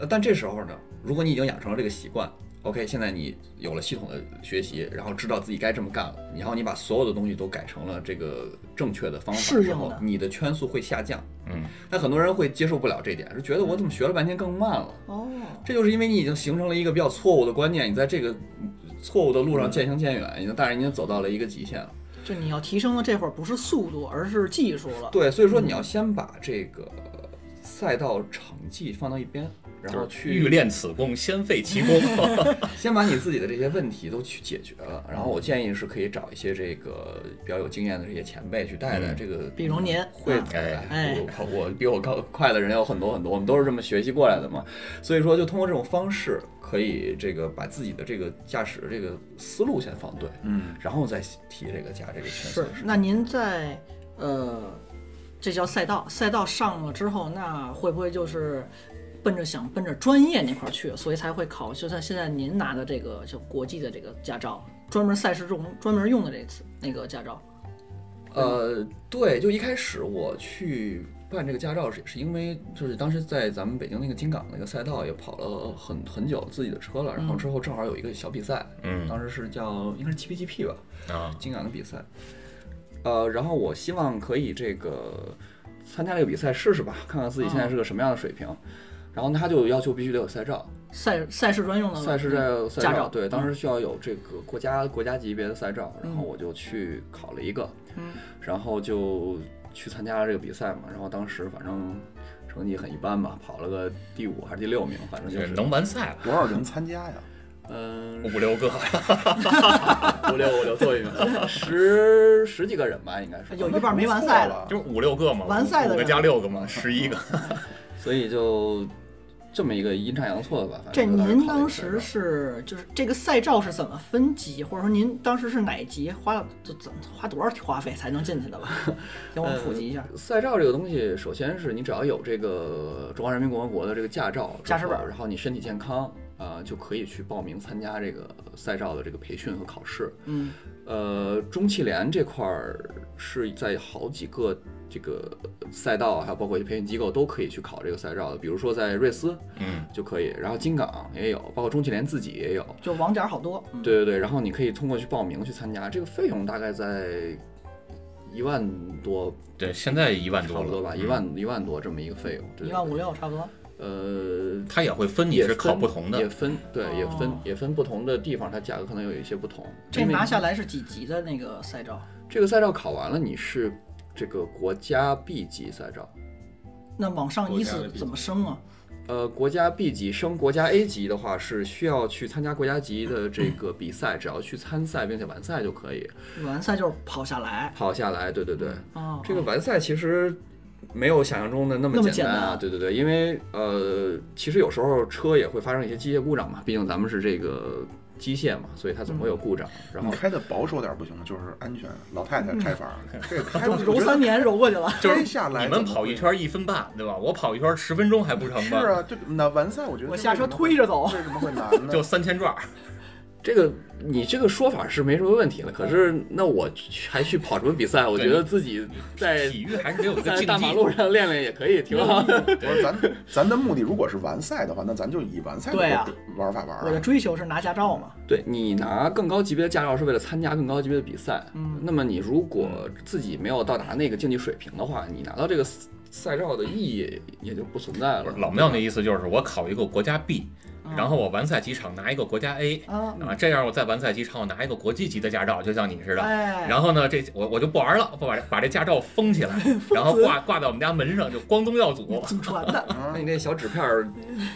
Speaker 5: 呃，但这时候呢，如果你已经养成了这个习惯， OK，现在你有了系统的学习，然后知道自己该这么干了，然后你把所有的东西都改成了这个正确的方法
Speaker 3: 适
Speaker 5: 之
Speaker 3: 应
Speaker 5: 后
Speaker 3: 的，
Speaker 5: 你的圈速会下降。
Speaker 1: 嗯，
Speaker 5: 但很多人会接受不了这点，就觉得我怎么学了半天更慢了？
Speaker 3: 哦，
Speaker 5: 这就是因为你已经形成了一个比较错误的观念，你在这个错误的路上渐行渐远，已经但是已经走到了一个极限了。
Speaker 3: 就你要提升的这会儿不是速度，而是技术了。
Speaker 5: 对，所以说你要先把这个赛道成绩放到一边，然后去
Speaker 1: 欲练此功，先废其 功。
Speaker 5: 先把你自己的这些问题都去解决了，然后我建议是可以找一些这个比较有经验的这些前辈去带带
Speaker 1: 嗯
Speaker 5: 这个，
Speaker 3: 比如您
Speaker 5: 会
Speaker 3: 啊
Speaker 5: 哎
Speaker 3: 哎，
Speaker 5: 我我比我高快的人有很多很多，我们都是这么学习过来的嘛，所以说就通过这种方式可以这个把自己的这个驾驶的这个思路先放对，
Speaker 2: 嗯，
Speaker 5: 然后再提这个加这个圈
Speaker 3: 是
Speaker 5: 速。，
Speaker 3: 那您在呃，这叫赛道，赛道上了之后，那会不会就是奔着想奔着专业那块儿去，所以才会考？就像现在您拿的这个就国际的这个驾照，专门赛事用专门用的这次那个驾照，
Speaker 5: 呃，对，就一开始我去办这个驾照是也是因为就是当时在咱们北京那个金港那个赛道也跑了很很久自己的车了，然后
Speaker 3: 嗯
Speaker 5: 之后正好有一个小比赛，
Speaker 1: 嗯
Speaker 5: 当时是叫应该是 GPGP 吧，
Speaker 1: 啊，
Speaker 5: 金港的比赛，呃，然后我希望可以这个参加这个比赛试试吧，看看自己
Speaker 3: 嗯
Speaker 5: 现在是个什么样的水平。然后他就有要求必须得有赛照，
Speaker 3: 赛赛事专用的
Speaker 5: 赛事
Speaker 3: 嗯
Speaker 5: 在赛
Speaker 3: 驾
Speaker 5: 照，
Speaker 3: 照
Speaker 5: 对，
Speaker 3: 嗯
Speaker 5: 当时需要有这个国家国家级别的赛照，然后
Speaker 3: 嗯
Speaker 5: 我就去考了一个，
Speaker 3: 嗯
Speaker 5: 然后就去参加了这个比赛嘛，然后当时反正成绩很一般吧，跑了个第五还是第六名，反正就
Speaker 1: 这
Speaker 5: 是
Speaker 1: 能完赛了，
Speaker 2: 多少人参加呀？
Speaker 5: 嗯
Speaker 1: 五六 个。
Speaker 5: 五六五六最后一名， 十十几个人吧，应该是
Speaker 3: 有一半没完赛了。
Speaker 1: 就是五六个嘛，
Speaker 3: 完赛的
Speaker 1: 五个
Speaker 3: 人
Speaker 1: 加六个嘛，
Speaker 5: 嗯
Speaker 1: 十一个。
Speaker 5: 所以就这么一个阴差阳错的吧，反
Speaker 3: 这
Speaker 5: 正就
Speaker 3: 您
Speaker 5: 跑了一
Speaker 3: 当
Speaker 5: 个赛
Speaker 3: 时
Speaker 5: 道
Speaker 3: 是就是这个赛照是怎么分级，或者说您当时是哪级，花了就怎么花多少花费才能进去的吧？ 给我们普及一下。
Speaker 5: 赛照这个东西，首先是你只要有这个中华人民共和国的这个驾照之
Speaker 3: 驾
Speaker 5: 后、
Speaker 3: 驶本
Speaker 5: 然后你身体健康，呃，就可以去报名参加这个赛照的这个培训和考试。
Speaker 3: 嗯，
Speaker 5: 呃，中汽联这块儿是在好几个这个赛道，还有包括一些培训机构都可以去考这个赛照的，比如说在瑞思
Speaker 1: 嗯，
Speaker 5: 就可以，然后金港也有，包括中汽联自己也有。
Speaker 3: 就网点儿好多。嗯，
Speaker 5: 对对对，然后你可以通过去报名去参加，这个费用大概在一万多，
Speaker 1: 对，现在一万
Speaker 5: 差
Speaker 1: 多
Speaker 5: 不
Speaker 1: 了，嗯
Speaker 5: 多吧，一万一万多这么一个费用，对
Speaker 3: 一万五。六差不多。
Speaker 5: 对呃，
Speaker 1: 他也会分你
Speaker 5: 也
Speaker 1: 是考
Speaker 5: 分
Speaker 1: 不同
Speaker 5: 也
Speaker 1: 的，
Speaker 5: 分对，也分
Speaker 3: 哦
Speaker 5: 也分不同的地方，它价格可能有一些不同。
Speaker 3: 这
Speaker 5: 因为
Speaker 3: 拿下来是几级的那个赛照？
Speaker 5: 这个赛照考完了，你是这个国家 B 级赛照，
Speaker 3: 那往上依次怎么升啊？
Speaker 5: 呃，国家 B 级升国家 A 级的话，是需要去参加国家级的这个比赛，只要去参赛并且完赛就可以
Speaker 3: 完赛就是跑下来
Speaker 5: 跑下来。对对对，
Speaker 3: 啊。
Speaker 5: 哦这个完赛其实没有想象中的那么
Speaker 3: 那么
Speaker 5: 简单啊，
Speaker 3: 简单啊
Speaker 5: 对对对，因为呃，其实有时候车也会发生一些机械故障嘛，毕竟咱们是这个机械嘛，所以它总会有故障。然
Speaker 2: 你
Speaker 5: 后
Speaker 2: 开的保守点不行吗？就是安全，老太
Speaker 3: 嗯
Speaker 2: 太开法， 这 开
Speaker 3: 揉揉三年揉过去了。
Speaker 1: 就是
Speaker 2: 开下来
Speaker 1: 你们跑一圈一分半，对吧？我跑一圈十分钟还不成
Speaker 2: 是
Speaker 1: 吗？
Speaker 2: 啊，就那完赛我觉得
Speaker 3: 我下车推着走
Speaker 2: 为什么会难呢？
Speaker 1: 就三千转，
Speaker 5: 这个你这个说法是没什么问题的，可是那我去还去跑什么比赛？我觉得自己在
Speaker 1: 体育还是得有 一个
Speaker 5: 哎在
Speaker 1: 竞
Speaker 5: 大马路
Speaker 1: 技。嗯
Speaker 5: 上练练也可以，挺好的。
Speaker 2: 不是咱咱的目的如果是完赛的话，那咱就以完赛的
Speaker 3: 对啊
Speaker 2: 玩法玩
Speaker 3: 我的
Speaker 2: 啊。
Speaker 3: 追求是拿驾照嘛。
Speaker 5: 对你拿更高级别的驾照是为了参加更高级别的比赛，
Speaker 3: 嗯
Speaker 5: 那么你如果自己没有到达那个竞技水平的话，你拿到这个赛赛照的意义也就不存在
Speaker 1: 不
Speaker 5: 了
Speaker 1: 是。老庙那意思就是我考一个国家 B，
Speaker 5: 嗯
Speaker 3: 啊
Speaker 1: 然后我完赛几场拿一个国家 A
Speaker 3: 啊，
Speaker 1: 啊，这样我在完赛几场我拿一个国际级的驾照，就像你似的。
Speaker 3: 哎，
Speaker 1: 然后呢，这我我就不玩了，我把这把这驾照封起来， 然后挂挂在我们家门上，就光宗耀祖。
Speaker 3: 祖传的。
Speaker 5: 那你这小纸片儿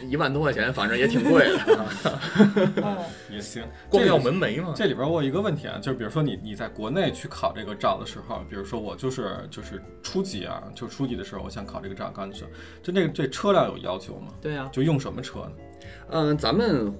Speaker 5: 一万多块钱，反正也挺贵的。
Speaker 3: 嗯
Speaker 4: 也行，
Speaker 1: 光
Speaker 4: 这
Speaker 1: 耀
Speaker 4: 个
Speaker 1: 门楣嘛。
Speaker 4: 这里边我有一个问题啊，就是比如说你你在国内去考这个照的时候，比如说我就是就是初级啊，就初级的时候，我想考这个照，刚才说，就那个对车辆有要求吗？
Speaker 3: 对啊呀，
Speaker 4: 就用什么车呢？
Speaker 5: 嗯，咱们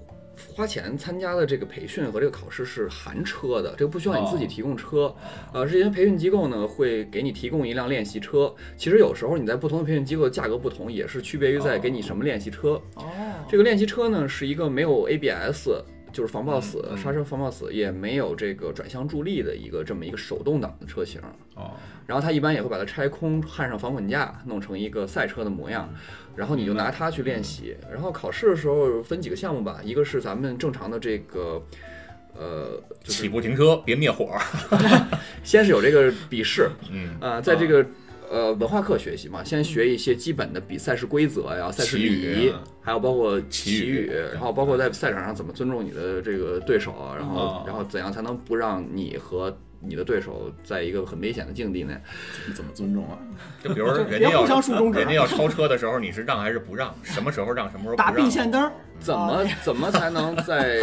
Speaker 5: 花钱参加的这个培训和这个考试是含车的，这个不需要你自
Speaker 1: 哦
Speaker 5: 己提供车。呃，这些培训机构呢会给你提供一辆练习车。其实有时候你在不同的培训机构价格不同，
Speaker 1: 哦
Speaker 5: 也是区别于在给你什么练习车。
Speaker 3: 哦，
Speaker 5: 这个练习车呢是一个没有 ABS，就是防抱死、
Speaker 1: 嗯嗯
Speaker 5: 刹车防抱死，也没有这个转向助力的一个这么一个手动挡的车型。
Speaker 4: 哦，
Speaker 5: 然后它一般也会把它拆空，焊上防滚架，弄成一个赛车的模
Speaker 1: 嗯
Speaker 5: 样，然后你就拿它去练习。然后考试的时候分几个项目吧，一个是咱们正常的这个，呃，就是
Speaker 1: 起步停车，别灭火。
Speaker 5: 先是有这个 笔试，
Speaker 1: 嗯，
Speaker 5: 啊，在这个呃文化课学习嘛，先学一些基本的比赛事规则呀、赛事
Speaker 1: 棋嗯
Speaker 5: 礼
Speaker 1: 语
Speaker 5: 仪，还有包括
Speaker 1: 棋
Speaker 5: 棋
Speaker 1: 语
Speaker 5: 语，然后包括在赛场上怎么尊重你的这个对手，然后
Speaker 1: 啊
Speaker 4: 哦
Speaker 5: 然后怎样才能不让你和你的对手在一个很危险的境地内？
Speaker 2: 你怎么尊重啊？
Speaker 1: 就比 如人
Speaker 3: 别
Speaker 1: 家
Speaker 3: 互
Speaker 1: 要
Speaker 3: 相竖中指
Speaker 1: 人家要超车的时候，你是让还是不让？什么时候让，什么时候不
Speaker 3: 打
Speaker 1: 让？
Speaker 3: 并线灯儿，
Speaker 5: 怎
Speaker 3: 哦
Speaker 5: 么怎么才能 在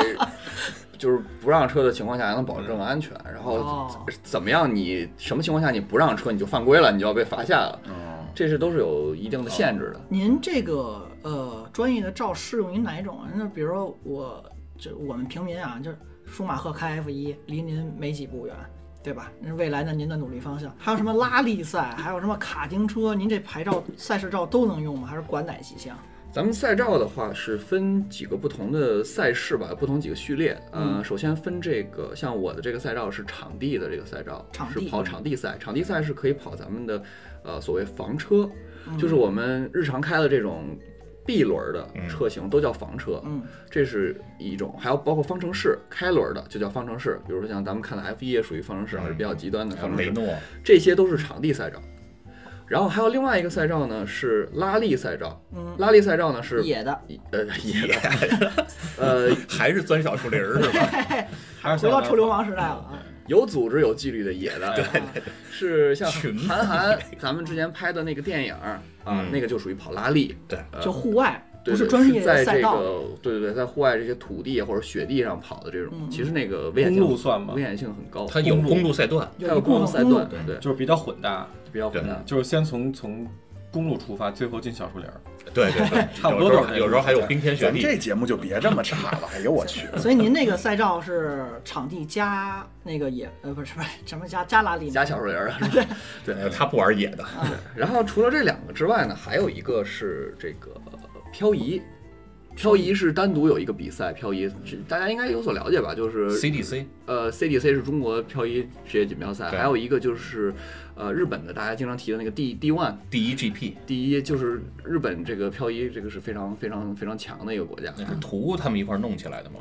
Speaker 5: 就是不让车的情况下还能保证安全？然后
Speaker 3: 哦
Speaker 5: 怎么样你？什么情况下你不让车你就犯规了，你就要被罚下了？
Speaker 2: 嗯，
Speaker 5: 这是都是有一定的限制的。
Speaker 3: 您这个呃专业的照适用于哪一种啊？那比如说我就我们平民啊，就是舒马赫开 F 一，离您没几步远，对吧？那是未来的您的努力方向。还有什么拉力赛，还有什么卡丁车，您这牌照赛事照都能用吗？还是管哪几项？
Speaker 5: 咱们赛照的话是分几个不同的赛事吧，不同几个序列。
Speaker 3: 嗯
Speaker 5: 呃，首先分这个，像我的这个赛照是场地的这个赛照，
Speaker 3: 场
Speaker 5: 是
Speaker 3: 地嗯
Speaker 5: 跑场地赛，场地赛是可以跑咱们的呃所谓房车，
Speaker 3: 嗯
Speaker 5: 就是我们日常开的这种 B 轮儿的车型都叫房车，
Speaker 3: 嗯，
Speaker 5: 这是一种，还有包括方程式开轮儿的就叫方程式，比如说像咱们看的 F 一也属于方程式，还是比较极端的方
Speaker 1: 嗯
Speaker 5: 程
Speaker 1: 雷
Speaker 5: 式。
Speaker 1: 诺，
Speaker 5: 这些都是场地赛照。然后还有另外一个赛照呢，是拉力赛照。
Speaker 3: 嗯
Speaker 5: 拉力赛照呢是
Speaker 3: 野的。
Speaker 5: 呃野的， 呃
Speaker 1: 还是钻小树林儿是 吧？
Speaker 4: 还是
Speaker 3: 回到
Speaker 4: 想
Speaker 3: 臭流氓时代了
Speaker 5: 嗯
Speaker 3: 啊！
Speaker 5: 有组织有纪律的野的，是像
Speaker 1: 群
Speaker 5: 韩寒咱们之前拍的那个电影儿啊
Speaker 1: 嗯，
Speaker 5: 那个就属于跑拉力，
Speaker 3: 就户外，
Speaker 5: 对
Speaker 3: 不是
Speaker 5: 对
Speaker 3: 专业
Speaker 5: 在
Speaker 3: 赛
Speaker 5: 这
Speaker 3: 道。
Speaker 5: 个对对对，在户外这些土地或者雪地上跑的这种，
Speaker 3: 嗯
Speaker 5: 其实那个危险
Speaker 4: 公路
Speaker 5: 性
Speaker 4: 算吗
Speaker 5: 危险性很高，
Speaker 1: 它有公路赛段，
Speaker 5: 它有
Speaker 3: 一部
Speaker 5: 路
Speaker 3: 分
Speaker 5: 赛
Speaker 3: 公路
Speaker 5: 段，对对，
Speaker 4: 就是比较混搭，
Speaker 5: 比较混
Speaker 1: 对
Speaker 5: 乱。
Speaker 4: 就是先从从公路出发，最后进小树林儿。
Speaker 1: 对对 对，
Speaker 4: 差不
Speaker 1: 有
Speaker 4: 多
Speaker 1: 时
Speaker 4: 都是
Speaker 1: 候有时候还有冰天雪
Speaker 2: 咱
Speaker 1: 地。
Speaker 2: 这节目就别这么差了，哎呦我去！
Speaker 3: 所以您那个赛照是场地加那个野，呃，不是不是什么加加拉力呢，
Speaker 5: 加小树林儿 啊，
Speaker 1: 对，呃他不玩野的，
Speaker 5: 然后除了这两个之外呢，还有一个是这个漂移。漂移是单独有一个比赛，漂移是大家应该有所了解吧？就是
Speaker 1: CDC
Speaker 5: 呃 CDC 是中国漂移职业锦标赛，
Speaker 1: 对
Speaker 5: 还有一个就是呃日本的大家经常提的那个 D D One
Speaker 1: 第一 GP，
Speaker 5: 第一，就是日本这个漂移这个是非常非常非常强的一个国家，
Speaker 1: 那是图他们一块儿弄起来的嘛。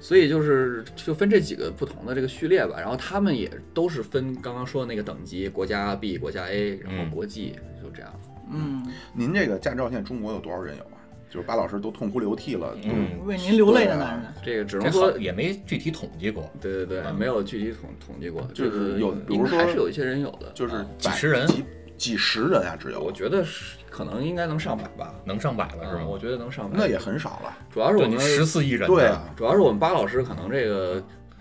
Speaker 5: 所以就是就分这几个不同的这个序列吧，然后他们也都是分刚刚说的那个等级，国家 B、国家 A，然后
Speaker 1: 嗯
Speaker 5: 国际、就这样。
Speaker 3: 嗯，
Speaker 2: 您这个驾照现在中国有多少人有啊？就是巴老师都痛哭流涕了，都啊
Speaker 1: 嗯，
Speaker 3: 为您流泪的男人，
Speaker 5: 这个只
Speaker 1: 这
Speaker 5: 能
Speaker 1: 好
Speaker 5: 说
Speaker 1: 也没具体统计过，
Speaker 5: 对对对，没有具体统统计过，
Speaker 2: 嗯就是
Speaker 5: 这个
Speaker 2: 有比
Speaker 5: 应
Speaker 2: 如
Speaker 5: 该还
Speaker 2: 说
Speaker 5: 是有一些人有的，
Speaker 2: 就是
Speaker 5: 啊
Speaker 1: 几
Speaker 2: 百
Speaker 1: 十人
Speaker 2: 几几十人啊，只
Speaker 5: 我
Speaker 2: 有，
Speaker 5: 觉得是可能应该能上百吧，
Speaker 1: 能上百了
Speaker 5: 啊
Speaker 1: 是吗？
Speaker 5: 我觉得能上百，
Speaker 2: 嗯那也很少了。
Speaker 5: 主要是我
Speaker 1: 对你
Speaker 5: 们
Speaker 1: 十四亿人，
Speaker 2: 对，啊，
Speaker 5: 主要是我们巴老师可能这个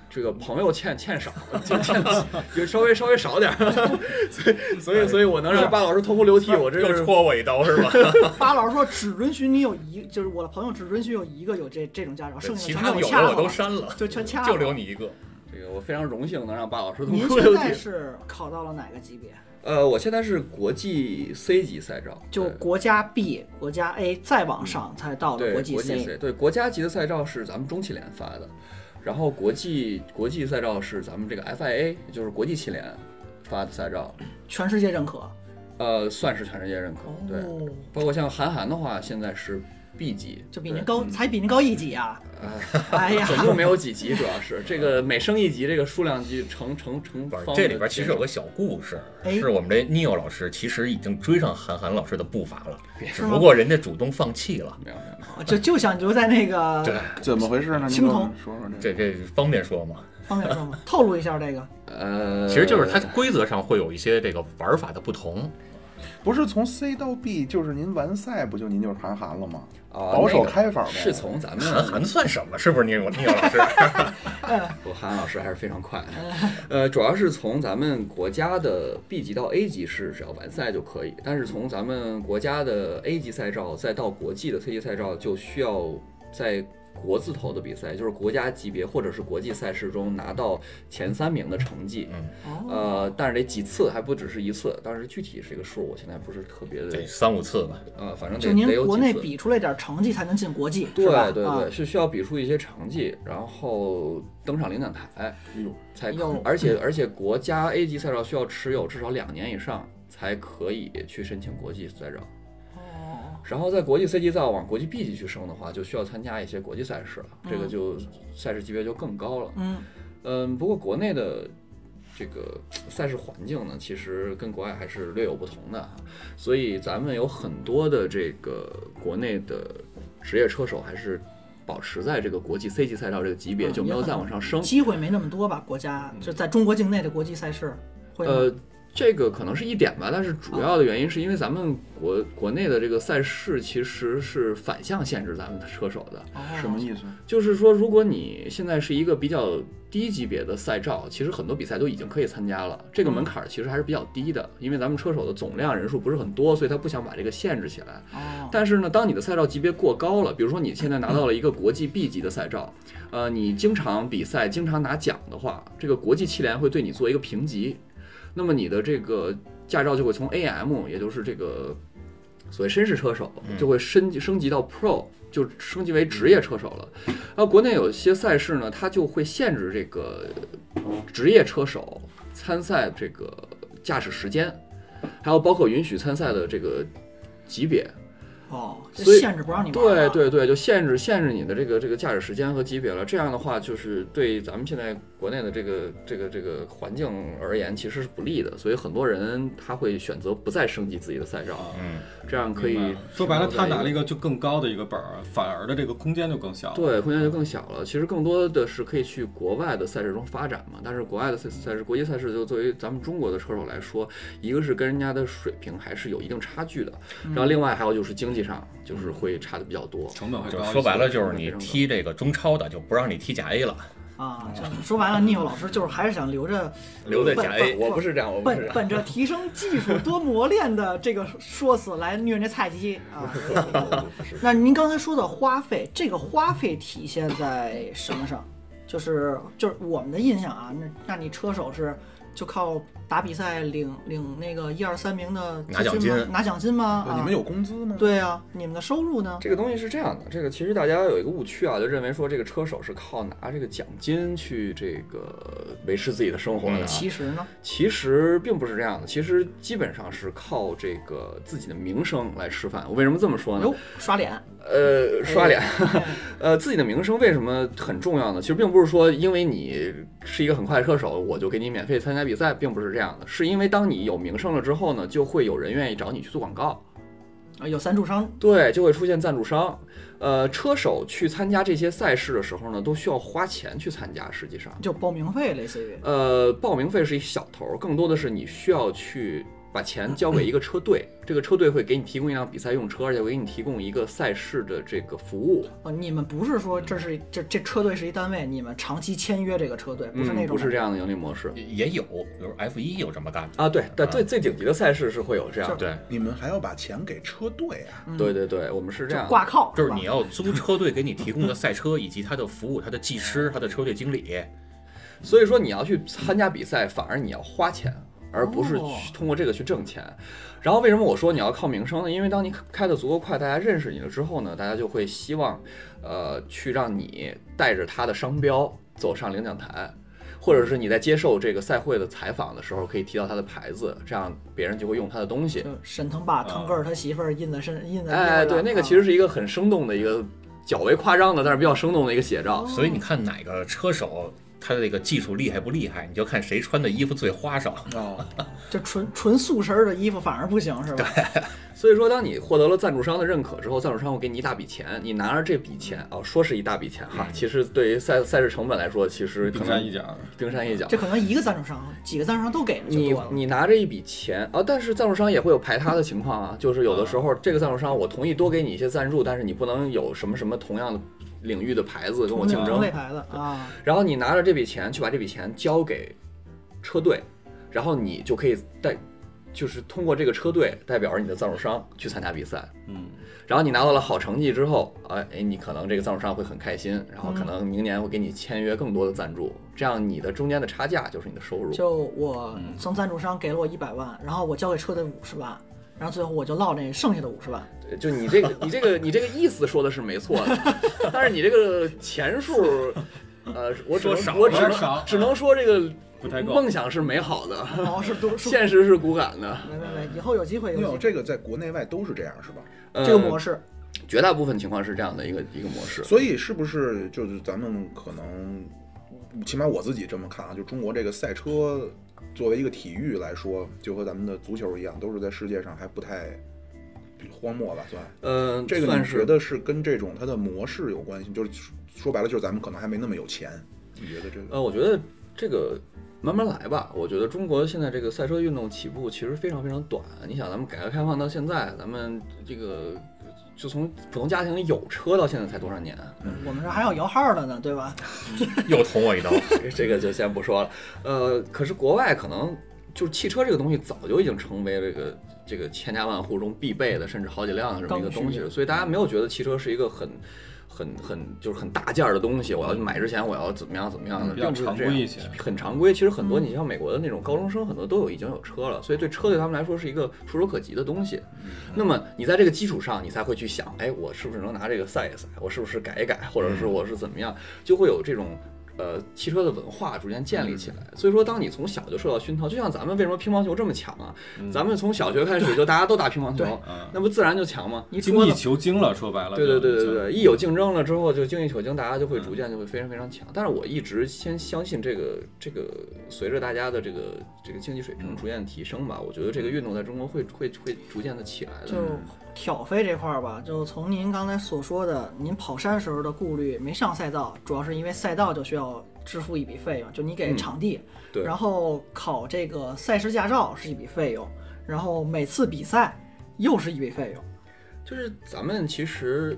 Speaker 5: 这个朋友欠欠少，就欠 就稍微稍微少点儿， 所以所以所以我能让巴老师痛哭流涕，我这
Speaker 1: 又
Speaker 5: 是
Speaker 1: 戳我一刀是吧？
Speaker 3: 巴老师说只允许你有一，就是我的朋友只允许有一个有这这种驾照，剩
Speaker 1: 其
Speaker 3: 下
Speaker 1: 他有
Speaker 3: 全给
Speaker 1: 的
Speaker 3: 掐了
Speaker 1: 我都删了，
Speaker 3: 就全掐了。
Speaker 1: 就留。你一个。
Speaker 5: 这个我非常荣幸能让巴老师痛
Speaker 3: 您
Speaker 5: 哭
Speaker 3: 现
Speaker 5: 流
Speaker 3: 在
Speaker 5: 涕。
Speaker 3: 是考到了哪个级别？
Speaker 5: 呃，我现在是国际 C 级赛照，
Speaker 3: 就
Speaker 5: 对嗯
Speaker 3: 国家 B、国家 A 再往上才到的
Speaker 5: 对
Speaker 3: 国
Speaker 5: 国
Speaker 3: 际 C。
Speaker 5: 对国家级的赛照是咱们中汽联发的，然后国际国际赛照是咱们这个 FIA，也就是国际汽联发的赛照，
Speaker 3: 全世界认可。
Speaker 5: 呃，算是全世界认可。对，
Speaker 3: 哦，
Speaker 5: 包括像韩寒的话，现在是 B 级，
Speaker 3: 就比您
Speaker 5: 对嗯
Speaker 3: 高，才比您高一级啊！哎 呀，
Speaker 5: 总共没有几集，主要是这个每升一集，这个数量级成成成
Speaker 1: 不是
Speaker 5: 方，
Speaker 1: 这
Speaker 5: 的
Speaker 1: 里边其实
Speaker 5: 减
Speaker 1: 有个小故事，
Speaker 3: 哎
Speaker 1: 是我们这 Neo 老师其实已经追上韩寒老师的步伐了，只
Speaker 3: 吗
Speaker 1: 不过人家主动放弃了。
Speaker 5: 没有没有没有，
Speaker 3: 就就想留在那个
Speaker 1: 对
Speaker 2: 怎么回事呢？您
Speaker 3: 青
Speaker 2: 给
Speaker 3: 铜
Speaker 2: 我们说说这
Speaker 1: 这这方便说吗？
Speaker 3: 方面说吗？透露一下这个，
Speaker 5: 呃，
Speaker 1: 其实就是它规则上会有一些这个玩法的不同，
Speaker 2: 不是从 C 到 B，就是您完赛不就您就是韩寒了吗？
Speaker 5: 啊
Speaker 2: 保守
Speaker 5: 那个
Speaker 2: 开法呗
Speaker 5: 是从咱们
Speaker 1: 韩寒算什么？是不是 Neo Neo 老师？
Speaker 5: 我韩寒老师还是非常快，呃，主要是从咱们国家的 B 级到 A 级是只要完赛就可以，但是从咱们国家的 A 级赛照再到国际的 C 级赛照就需要在国字头的比赛，就是国家级别或者是国际赛事中拿到前三名的成绩。
Speaker 3: 哦，
Speaker 5: 呃，但是得几次，还不只是一次。当时具体是一个数，我现在不是特别的
Speaker 1: 得三五次吧。
Speaker 5: 啊、反正
Speaker 3: 就
Speaker 5: 得
Speaker 3: 您
Speaker 5: 得有
Speaker 3: 国
Speaker 5: 几
Speaker 3: 内
Speaker 5: 次。
Speaker 3: 比出来点成绩才能进国际，
Speaker 5: 对
Speaker 3: 是吧？
Speaker 5: 对
Speaker 3: 啊
Speaker 5: 对，是需要比出一些成绩，然后登上领奖台
Speaker 2: 哎呦，
Speaker 5: 才
Speaker 3: 哎
Speaker 5: 可
Speaker 3: 呦，
Speaker 5: 而且而且国家 A 级赛照需要持有至少两年以上才可以去申请国际赛照。
Speaker 3: 哦，
Speaker 5: 然后在国际 C 级再往国际 B 级去升的话，就需要参加一些国际赛事了，这个
Speaker 3: 嗯
Speaker 5: 就赛事级别就更高了。
Speaker 3: 嗯，
Speaker 5: 嗯，不过国内的这个赛事环境呢，其实跟国外还是略有不同的，啊所以咱们有很多的这个国内的职业车手还是保持在这个国际 C 级赛道这个级别，
Speaker 3: 嗯
Speaker 5: 就没有再往上升。
Speaker 3: 机会没那么多吧？国家就在中国境内的国际赛事会吗
Speaker 5: 嗯
Speaker 3: 哦
Speaker 5: 呃，这个可能是一点吧，但是主要的原因是因为咱们国国内的这个赛事其实是反向限制咱们的车手的。
Speaker 3: 哦
Speaker 2: 什么意思？
Speaker 5: 就是说，如果你现在是一个比较低级别的赛照，其实很多比赛都已经可以参加了。这个门槛儿其实还是比较低的，因为咱们车手的总量人数不是很多，所以他不想把这个限制起来。
Speaker 3: 哦，
Speaker 5: 但是呢，当你的赛照级别过高了，比如说你现在拿到了一个国际 B 级的赛照，呃，你经常比赛、经常拿奖的话，这个国际汽联会对你做一个评级，那么你的这个驾照就会从 AM，也就是这个所谓绅士车手，就会升级升级到 Pro，就升级为职业车手了。然后国内有些赛事呢，它就会限制这个职业车手参赛这个驾驶时间，还有包括允许参赛的这个级别。
Speaker 3: 哦，这
Speaker 5: 所以
Speaker 3: 限制不让你玩
Speaker 5: 对
Speaker 3: 了，
Speaker 5: 对对，就限制限制你的这个这个驾驶时间和级别了。这样的话，就是对咱们现在国内的这个这个这个环境而言，其实是不利的。所以很多人他会选择不再升级自己的赛照，
Speaker 1: 嗯，
Speaker 5: 这样可以
Speaker 4: 说啊白了，他拿了一
Speaker 5: 个
Speaker 4: 个就更高的一个本儿，反而的这个空间就更小。，
Speaker 5: 对空间就更小了。其实更多的是可以去国外的赛事中发展嘛。但是国外的赛赛事、国际赛事，就作为咱们中国的车手来说，一个是跟人家的水平还是有一定差距的，然后另外还有就是经济上就是会差的比较多。
Speaker 4: 嗯成本会
Speaker 1: 就
Speaker 4: 高。
Speaker 1: 说白了，就是你踢这个中超的就不让你踢甲 A 了，
Speaker 3: 啊，这说白了，聂老师就是还是想留着
Speaker 1: 留在甲 A。
Speaker 5: 我不是这样，我不是这
Speaker 3: 本
Speaker 5: 样。
Speaker 3: 本着提升技术多磨练的这个说辞来虐那菜鸡啊。那您刚才说的花费，这个花费体现在什么上？就是就是我们的印象啊，那那你车手是就靠打比赛领领那个一二三名的
Speaker 1: 拿奖
Speaker 3: 季军吗
Speaker 1: 金
Speaker 3: 拿奖金吗？
Speaker 2: 哦对你们
Speaker 3: 有
Speaker 2: 有工资吗？
Speaker 3: 对啊，你们的收入呢？
Speaker 5: 这个东西是这样的，这个其实大家有一个误区啊，就认为说这个车手是靠拿这个奖金去这个维持自己的生活的、啊，
Speaker 3: 嗯其实呢，
Speaker 5: 其实并不是这样的，其实基本上是靠这个自己的名声来吃饭。我为什么这么说呢
Speaker 3: 哟？，刷脸，
Speaker 5: 呃，刷脸，
Speaker 3: 哎
Speaker 5: 呃，自己的名声为什么很重要呢？其实并不是说因为你是一个很快的车手，我就给你免费参加比赛，并不是这样的，是因为当你有名声了之后呢，就会有人愿意找你去做广告。
Speaker 3: 啊有赞助商
Speaker 5: 对，就会出现赞助商。呃，车手去参加这些赛事的时候呢，都需要花钱去参加。实际上，
Speaker 3: 就报名费，类似于
Speaker 5: 呃，报名费是一小头儿，更多的是你需要去把钱交给一个车队，这个车队会给你提供一辆比赛用车，而且会给你提供一个赛事的这个服务。
Speaker 3: 哦，你们不是说这是这这车队是一单位，你们长期签约这个车队，不是那
Speaker 5: 嗯
Speaker 3: 种、
Speaker 5: 不是这样的盈利模式
Speaker 1: 也有，比如 F 一有这么干的。
Speaker 5: 啊。对，但最最顶级的赛事是会有这样的。
Speaker 1: 对，
Speaker 2: 你们还要把钱给车队啊？
Speaker 5: 对对对，我们是这
Speaker 3: 嗯
Speaker 5: 样
Speaker 3: 就
Speaker 5: 的。
Speaker 3: 挂靠，
Speaker 1: 就是
Speaker 3: 吧
Speaker 1: 你要租车队给你提供的赛车，以及他的服务、他的技师、他的车队经理，
Speaker 5: 所以说你要去参加比赛，反而你要花钱，而不是去通过这个去挣钱。然后为什么我说你要靠名声呢？因为当你开得足够快，大家认识你了之后呢，大家就会希望，呃，去让你带着他的商标走上领奖台。或者是你在接受这个赛会的采访的时候，可以提到他的牌子，这样别人就会用他的东西。
Speaker 3: 就沈腾把腾格尔他媳妇儿印在身印在腰
Speaker 5: 嗯哎，
Speaker 3: 上
Speaker 5: 对，那个
Speaker 3: 啊
Speaker 5: 其实是一个很生动的一个，较为夸张的，但是比较生动的一个写照。
Speaker 1: 所以你看哪个车手他的这个技术厉害不厉害，你就看谁穿的衣服最花哨。
Speaker 2: 哦，
Speaker 3: 就纯纯素身儿的衣服反而不行是吧？
Speaker 5: 所以说，当你获得了赞助商的认可之后，赞助商会给你一大笔钱，你拿着这笔钱啊、哦，说是一大笔钱哈，其实对于赛赛事成本来说，其实可
Speaker 4: 冰
Speaker 5: 能
Speaker 4: 山一角。
Speaker 5: 冰山一角
Speaker 3: 这。可能一个赞助商几个赞助商都给了就
Speaker 5: 你
Speaker 3: 多了。
Speaker 5: 你拿着一笔钱啊、但是赞助商也会有排他的情况啊，就是有的时候这个赞助商我同意多给你一些赞助，但是你不能有什么什么同样的领域的牌子跟我
Speaker 3: 同
Speaker 5: 竞
Speaker 3: 同
Speaker 5: 争
Speaker 3: 类。牌子啊，
Speaker 5: 然后你拿着这笔钱去把这笔钱交给车队，然后你就可以带就是通过这个车队代表着你的赞助商去参加比赛，
Speaker 4: 嗯，
Speaker 5: 然后你拿到了好成绩之后，哎哎，你可能这个赞助商会很开心，然后可能明年会给你签约更多的赞助，这样你的中间的差价就是你的收入。
Speaker 3: 就我从赞助商给了我一百万，然后我交给车队五十万，然后最后我就落那剩下的五 十万。
Speaker 5: 对就你这个，你这个，你这个意思说的是没错的，但是你这个钱数，呃，我只
Speaker 1: 说
Speaker 5: 能
Speaker 1: 少
Speaker 5: 我只
Speaker 4: 有点少
Speaker 5: 能只能说这个
Speaker 4: 不太够。
Speaker 5: 梦想是美好的，
Speaker 3: 然后是多数，
Speaker 5: 现实是骨感的。
Speaker 3: 没没没，以后有机会
Speaker 2: 没有
Speaker 3: 有机
Speaker 2: 这个在国内外都是这样，是吧？
Speaker 5: 呃、
Speaker 3: 这个模式，
Speaker 5: 绝大部分情况是这样的一个一个模式。
Speaker 2: 所以是不是就是咱们可能，起码我自己这么看啊，就中国这个赛车作为一个体育来说，就和咱们的足球一样，都是在世界上还不太荒漠吧，算。
Speaker 5: 嗯，
Speaker 2: 这个
Speaker 5: 算
Speaker 2: 你觉
Speaker 5: 是
Speaker 2: 得是跟这种它的模式有关系？就是说说白了，就是咱们可能还没那么有钱。你觉得这个？
Speaker 5: 呃，我觉得这个慢慢来吧。我觉得中国现在这个赛车运动起步其实非常非常短。你想，咱们改革开放到现在，咱们这个就从普通家庭里有车到现在才多少年啊？
Speaker 3: 我们这还要摇号的呢，对吧？
Speaker 1: 又捅我一刀。
Speaker 5: 这 个这个就先不说了。呃，可是国外可能就是汽车这个东西早就已经成为这个这个千家万户中必备的，甚至好几辆的这么一个东西了，所以大家没有觉得汽车是一个很。很很就是很大件儿的东西，我要去买之前我要怎么样怎么样的，
Speaker 4: 嗯嗯比较
Speaker 5: 并不是
Speaker 4: 常
Speaker 5: 这样
Speaker 4: 规一些嗯
Speaker 5: 很常规。其实很多你像美国的那种高中生，很多都有已经有车了，所以对车对他们来说是一个触手可及的东西。
Speaker 4: 嗯
Speaker 5: 嗯那么你在这个基础上，你才会去想，哎，我是不是能拿这个赛一赛，我是不是改一改，或者是
Speaker 4: 嗯
Speaker 5: 我是怎么样，就会有这种。呃，汽车的文化逐渐建立起来，
Speaker 3: 嗯
Speaker 5: 所以说，当你从小就受到熏陶，就像咱们为什么乒乓球这么强啊？
Speaker 3: 嗯
Speaker 5: 咱们从小学开始就大家都打乒乓球，
Speaker 4: 嗯，
Speaker 5: 那不自然就强吗？
Speaker 3: 你
Speaker 4: 精
Speaker 3: 桌
Speaker 4: 益
Speaker 3: 子
Speaker 4: 求精了，说白了，
Speaker 5: 对对对对
Speaker 4: 就
Speaker 5: 对，对一有竞争了之后，就精益求精，大家就会逐渐就会非常非常强。
Speaker 3: 嗯
Speaker 5: 但是我一直先相信这个这个，随着大家的这个这个竞技水平逐渐提升吧，我觉得这个运动在中国会会会逐渐的起来的。
Speaker 3: 就挑飞这块儿吧，就从您刚才所说的，您跑山时候的顾虑，没上赛道，主要是因为赛道就需要支付一笔费用，就你给场地，
Speaker 5: 嗯对
Speaker 3: 然后考这个赛事驾照是一笔费用，然后每次比赛又是一笔费用。
Speaker 5: 就是咱们其实，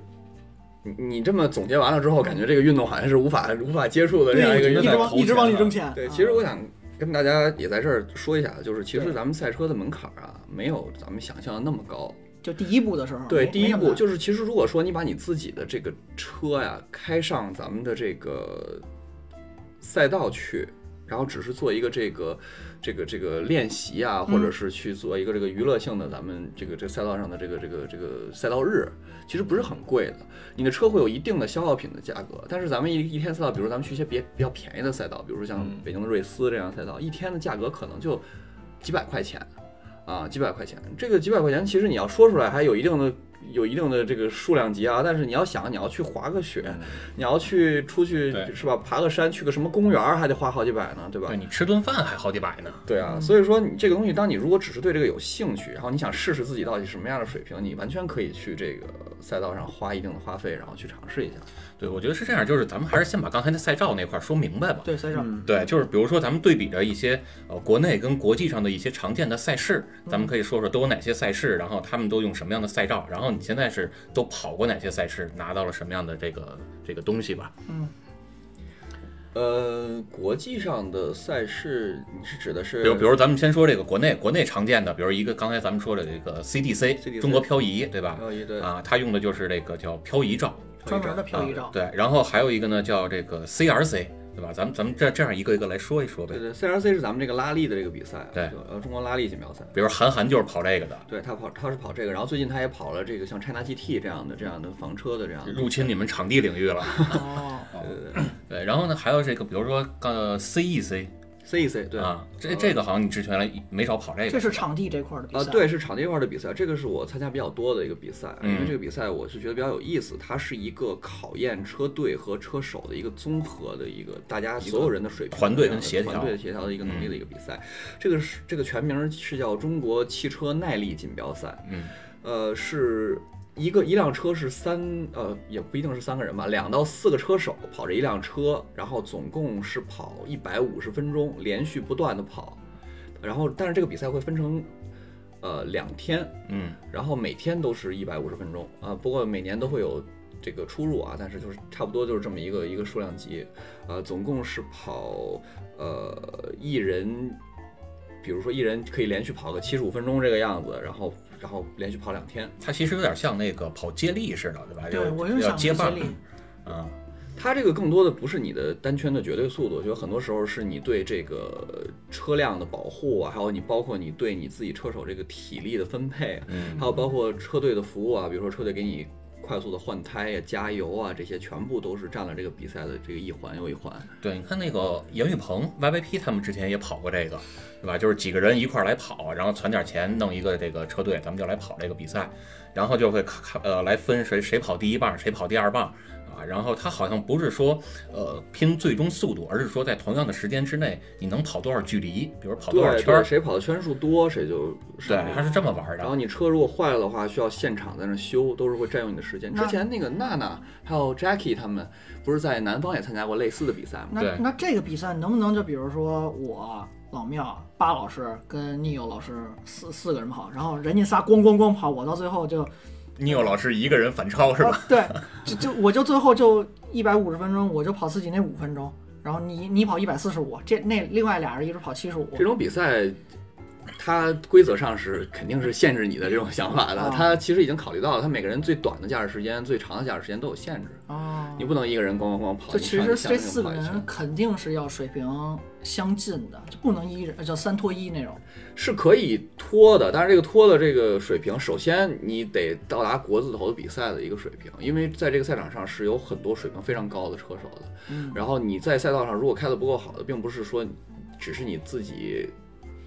Speaker 5: 你你这么总结完了之后，感觉这个运动好像是无法无法接触的这样一个
Speaker 3: 对，
Speaker 5: 运
Speaker 3: 一
Speaker 5: 动。
Speaker 3: 直
Speaker 4: 投
Speaker 3: 往
Speaker 4: 钱
Speaker 3: 一直往里
Speaker 4: 啊
Speaker 3: 挣钱。
Speaker 5: 对，
Speaker 3: 啊
Speaker 5: 其实我想跟大家也在这儿说一下，就是其实
Speaker 3: 对
Speaker 5: 咱们赛车的门槛儿啊，没有咱们想象的那么高。
Speaker 3: 就第一步的时候，
Speaker 5: 对，
Speaker 3: 啊没
Speaker 5: 第一步，
Speaker 3: 没
Speaker 5: 就是其实如果说你把你自己的这个车呀开上咱们的这个赛道去，然后只是做一个这个这个这个练习啊，或
Speaker 3: 嗯
Speaker 5: 者是去做一个这个娱乐性的咱们这个这个赛道上的这个这个这个赛道日，其实不是很贵的。你的车会有一定的消耗品的价格，但是咱们一一天赛道，比如咱们去一些别比较便宜的赛道，比如说像北京的瑞斯这样的赛道，一天的价格可能就几百块钱。啊，几百块钱，这个几百块钱，其实你要说出来，还有一定的有一定的这个数量级啊。但是你要想，你要去滑个雪，你要去出去
Speaker 4: 对
Speaker 5: 是吧？爬个山，去个什么公园儿，还得花好几百呢，对吧？
Speaker 1: 对你吃顿饭还好几百呢，
Speaker 5: 对啊，所以说你这个东西，当你如果只是对这个有兴趣，然后你想试试自己到底什么样的水平，你完全可以去这个赛道上花一定的花费，然后去尝试一下。
Speaker 1: 对我觉得是这样，就是咱们还是先把刚才那赛照那块儿说明白吧。
Speaker 3: 对赛照，
Speaker 5: 嗯
Speaker 1: 对，就是比如说咱们对比着一些呃国内跟国际上的一些常见的赛事，咱们可以说说都有哪些赛事，然后他们都用什么样的赛照，然后你现在是都跑过哪些赛事，拿到了什么样的这个这个东西吧？
Speaker 5: 呃，国际上的赛事，你是指的是
Speaker 1: 比如比如咱们先说这个国内国内常见的，比如一个刚才咱们说的这个 CDC
Speaker 5: CDC
Speaker 1: 中国漂移，对吧？
Speaker 5: 漂移哦对
Speaker 1: 啊，它用的就是这个叫漂移照，
Speaker 3: 专门的漂移照，
Speaker 1: 对，然后还有一个呢叫这个 CRC，对吧？咱们咱们这这样一个一个来说一说呗
Speaker 5: 对。对，CRC 是咱们这个拉力的这个比赛，
Speaker 1: 对
Speaker 5: 就呃，中国拉力锦标赛。
Speaker 1: 比如韩寒就是跑这个的，
Speaker 5: 对他跑，他是跑这个，然后最近他也跑了这个像 China GT 这样的这样的房车的这样
Speaker 3: 嗯
Speaker 5: 的。
Speaker 1: 入侵你们场地领域了。
Speaker 5: 嗯
Speaker 3: 哦，
Speaker 1: 对，然后呢，还有这个，比如说呃 CEC
Speaker 5: CEC 对
Speaker 1: 啊，这这个好像你之前来没少跑这
Speaker 3: 嗯这
Speaker 1: 个。
Speaker 3: 是场地这块儿的比
Speaker 5: 啊，
Speaker 3: 赛。
Speaker 5: 对，是场地这块的比赛，这个是我参加比较多的一个比赛，因为
Speaker 1: 嗯
Speaker 5: 这个比赛我是觉得比较有意思，它是一个考验车队和车手的一个综合的一个大家所有人的水平的
Speaker 1: 团队跟
Speaker 5: 这
Speaker 1: 协
Speaker 5: 样的
Speaker 1: 调
Speaker 5: 团队协调的一个能力的一个比赛。这个是这个全名是叫中国汽车耐力锦标赛，
Speaker 1: 嗯，
Speaker 5: 呃，是一个一辆车是三呃也不一定是三个人吧，两到四个车手跑着一辆车，然后总共是跑一百五十分钟，连续不断的跑，然后但是这个比赛会分成呃两天，
Speaker 1: 嗯，
Speaker 5: 然后每天都是一百五十分钟啊、不过每年都会有这个出入啊，但是就是差不多就是这么一个一个数啊量级，呃，总共是跑呃一人比如说一人可以连续跑个七十五分钟这个样子，然后然后连续跑两天。
Speaker 1: 它其实有点像那个跑接力似的，对吧？
Speaker 3: 对
Speaker 1: 就
Speaker 3: 我就
Speaker 1: 要
Speaker 3: 想
Speaker 1: 接
Speaker 3: 接
Speaker 1: 棒
Speaker 3: 力，
Speaker 1: 啊，
Speaker 5: 它这个更多的不是你的单圈的绝对速度，我觉得很多时候是你对这个呃车辆的保护啊，还有你包括你对你自己车手这个体力的分配啊，
Speaker 1: 嗯
Speaker 5: 还有包括车队的服务啊，比如说车队给你快速的换胎呀、加油啊，这些全部都是占了这个比赛的这个一环又一环。
Speaker 1: 对，你看那个严雨鹏 YYP 他们之前也跑过这个，对吧？就是几个人一块儿来跑，然后攒点钱弄一个这个车队，咱们就来跑这个比赛，然后就会咔咔呃来分谁谁跑第一棒，谁跑第二棒啊。然后他好像不是说呃拼最终速度，而是说在同样的时间之内你能跑多少距离，比如跑多少
Speaker 5: 对
Speaker 1: 圈
Speaker 5: 对
Speaker 1: 儿，
Speaker 5: 谁跑的圈数多，谁就
Speaker 1: 对，
Speaker 5: 胜利
Speaker 1: 他是这么玩
Speaker 5: 然后
Speaker 1: 的。
Speaker 5: 你车如果坏了的话，需要现场在那修，都是会占用你的时间。
Speaker 3: 那
Speaker 5: 之前那个娜娜还有 Jackie 他们不是在南方也参加过类似的比赛吗？
Speaker 3: 那
Speaker 1: 对
Speaker 3: 那这个比赛能不能就比如说我老庙巴老师跟 Neo 老师四四个人跑，然后人家仨咣咣咣跑，我到最后 就
Speaker 1: 尼欧老师一个人反超是吧？
Speaker 3: 啊对，就就我就最后就一百五十分钟，我就跑自己那五分钟，然后你你跑一百四十五，这那另外俩人一直跑七十五，
Speaker 5: 这种比赛，它规则上是肯定是限制你的这种想法的。
Speaker 3: 啊
Speaker 5: 它其实已经考虑到了，它每个人最短的驾驶时间、最长的驾驶时间都有限制，
Speaker 3: 哦
Speaker 5: 你，不能一个人咣咣咣跑。
Speaker 3: 就
Speaker 5: 你
Speaker 3: 其
Speaker 5: 上
Speaker 3: 实
Speaker 5: 你想
Speaker 3: 这
Speaker 5: 那
Speaker 3: 四
Speaker 5: 种
Speaker 3: 个
Speaker 5: 跑一圈
Speaker 3: 人肯定是要水平相近的，就不能一人呃叫三拖一那种。
Speaker 5: 是可以拖的，但是这个拖的这个水平，首先你得到达国字头的比赛的一个水平，因为在这个赛场上是有很多水平非常高的车手的。
Speaker 3: 嗯，
Speaker 5: 然后你在赛道上如果开得不够好的，并不是说只是你自己，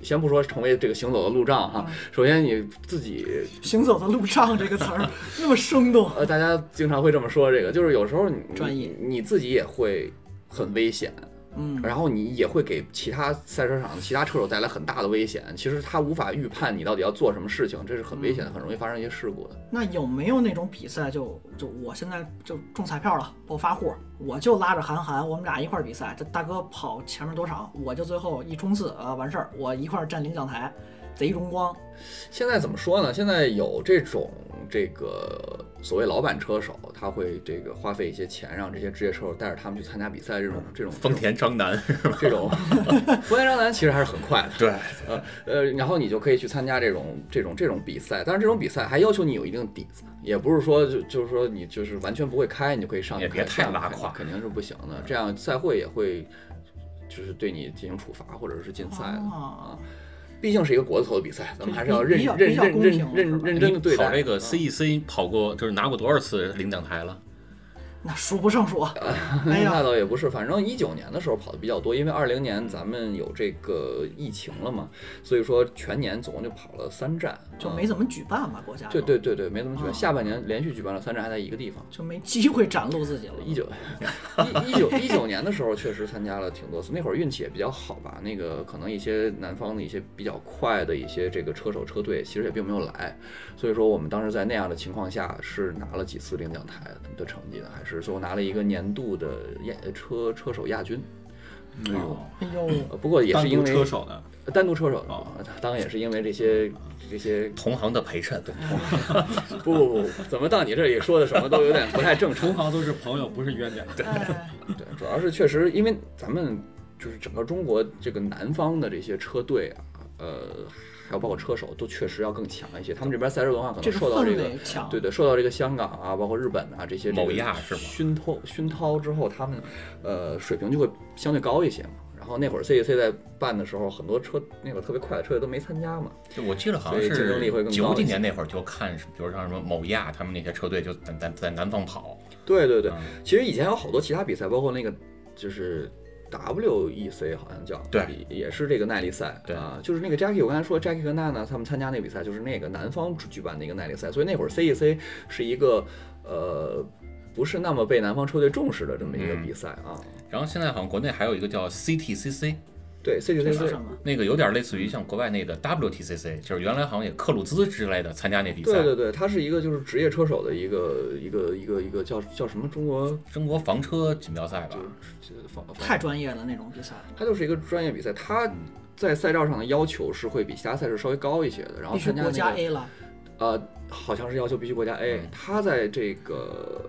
Speaker 5: 先不说成为这个行走的路障哈
Speaker 3: 嗯，
Speaker 5: 首先你自己
Speaker 3: 行走的路障这个词儿那么生动，
Speaker 5: 呃，大家经常会这么说，这个就是有时候你
Speaker 3: 专业
Speaker 5: 你自己也会很危险，
Speaker 3: 嗯，
Speaker 5: 然后你也会给其他赛车场的其他车手带来很大的危险。其实他无法预判你到底要做什么事情，这是很危
Speaker 3: 嗯
Speaker 5: 险的，很容易发生一些事故的。
Speaker 3: 那有没有那种比赛就就我现在就中彩票了，暴发户，我就拉着韩寒，我们俩一块儿比赛，这大哥跑前面多少，我就最后一冲刺啊、呃完事儿，我一块儿占领奖台，贼荣光。
Speaker 5: 现在怎么说呢？现在有这种这个所谓老板车手，他会这个花费一些钱，让这些职业车手带着他们去参加比赛，这种
Speaker 3: 嗯
Speaker 5: 这种
Speaker 1: 丰田张楠，
Speaker 5: 这种丰田张楠其实还是很快的。
Speaker 1: 对，
Speaker 5: 呃呃，然后你就可以去参加这种这种这种比赛，但是这种比赛还要求你有一定的底子，也不是说就就是说你就是完全不会开，你就可以上去
Speaker 1: 也
Speaker 5: 开，
Speaker 1: 别太
Speaker 5: 这样
Speaker 1: 拉
Speaker 5: 肯
Speaker 1: 胯嗯
Speaker 5: 肯定是不行的。这样赛会也会就是对你进行处罚或者是禁赛的
Speaker 3: 哦
Speaker 5: 啊。毕竟是一个国字头的比赛，咱们还是要
Speaker 3: 比
Speaker 5: 认
Speaker 3: 比较
Speaker 5: 认
Speaker 3: 比较
Speaker 5: 认
Speaker 3: 公
Speaker 5: 认
Speaker 3: 平了是
Speaker 5: 认
Speaker 3: 吧
Speaker 5: 认真
Speaker 1: 哎你
Speaker 5: 的对待
Speaker 1: 跑这个
Speaker 5: 啊
Speaker 1: CEC 跑过就是拿过多少次领奖台了？
Speaker 3: 那数不胜数， 哎
Speaker 5: 那
Speaker 3: 呀，
Speaker 5: 倒也不是，反正一九年的时候跑的比较多，因为二零年咱们有这个疫情了嘛，所以说全年总共就跑了三站，
Speaker 3: 就
Speaker 5: 嗯
Speaker 3: 没怎么举办吧，国家
Speaker 5: 对
Speaker 3: 都
Speaker 5: 对，对对，没怎么举办。
Speaker 3: 啊
Speaker 5: 下半年连续举办了三站，还在一个地方。
Speaker 3: 就没机会展露自己了。
Speaker 5: 一九一一九一九年的时候，确实参加了挺多次。那会儿运气也比较好吧，那个可能一些南方的一些比较快的一些这个车手车队，其实也并没有来，所以说我们当时在那样的情况下是拿了几次领奖台的成绩的，还是最后拿了一个年度的亚车车手亚军。
Speaker 2: 哎呦，
Speaker 3: 哎 呦，
Speaker 5: 呃不过也是因为
Speaker 4: 哦单独车手呢，
Speaker 5: 呃单独车手
Speaker 4: 哦，
Speaker 5: 当然也是因为这些这些
Speaker 1: 同行的陪衬，对，
Speaker 5: 不不不，怎么到你这里说的什么都有点不太正常
Speaker 4: 同。行都是朋友，不是冤家。
Speaker 3: 哎，
Speaker 5: 对，主要是确实，因为咱们就是整个中国这个南方的这些车队啊，呃，还有包括车手，都确实要更强一些。他们这边赛事文化可
Speaker 3: 这
Speaker 5: 能
Speaker 3: 个
Speaker 5: 受到这
Speaker 3: 氛
Speaker 5: 个
Speaker 3: 围，啊强，
Speaker 5: 对对，受到这个香港啊，包括日本啊这些这个
Speaker 1: 某亚是吗
Speaker 5: 熏陶熏陶之后，他们呃水平就会相对高一些嘛。然后那会儿 CEC 在办的时候，很多车那会儿特别快的车队都没参加嘛。
Speaker 1: 就我记得好像
Speaker 5: 所以竞争力会
Speaker 1: 是
Speaker 5: 更高
Speaker 1: 九
Speaker 5: 一些
Speaker 1: 几年那会儿就看，比如像什么某亚他们那些车队就在在在南方跑，
Speaker 5: 对对对，
Speaker 1: 嗯
Speaker 5: 其实以前有好多其他比赛，包括那个就是 WEC 好像叫，
Speaker 1: 对，
Speaker 5: 也是这个耐力赛，
Speaker 1: 对
Speaker 5: 啊，就是那个 Jackie，我刚才说 Jackie 和娜娜他们参加那个比赛，就是那个南方举办的一个耐力赛，所以那会儿 CEC 是一个呃不是那么被南方车队重视的这么一个比赛
Speaker 1: 嗯
Speaker 5: 啊，
Speaker 1: 然后现在好像国内还有一个叫 CTCC，
Speaker 5: 对 E
Speaker 3: 这是
Speaker 5: CGCC
Speaker 3: 什。么？
Speaker 1: 那个有点类似于像国外那个 WTCC，就是原来好像也克鲁兹之类的参加那比赛。
Speaker 5: 对对对，它是一个就是职业车手的一个一个一个一个叫叫什么中国
Speaker 1: 中国房车锦标赛吧，
Speaker 5: 防防
Speaker 3: 太专业了那种比赛，
Speaker 5: 它就是一个专业比赛，它
Speaker 1: 嗯
Speaker 5: 在赛照上的要求是会比其他赛事稍微高一些的。然后
Speaker 3: 必须
Speaker 5: 参加
Speaker 3: 国家
Speaker 5: 那个
Speaker 3: A 了，
Speaker 5: 哎
Speaker 3: 嗯
Speaker 5: 呃，好像是要求必须国家 A，
Speaker 1: 嗯
Speaker 5: 它在这个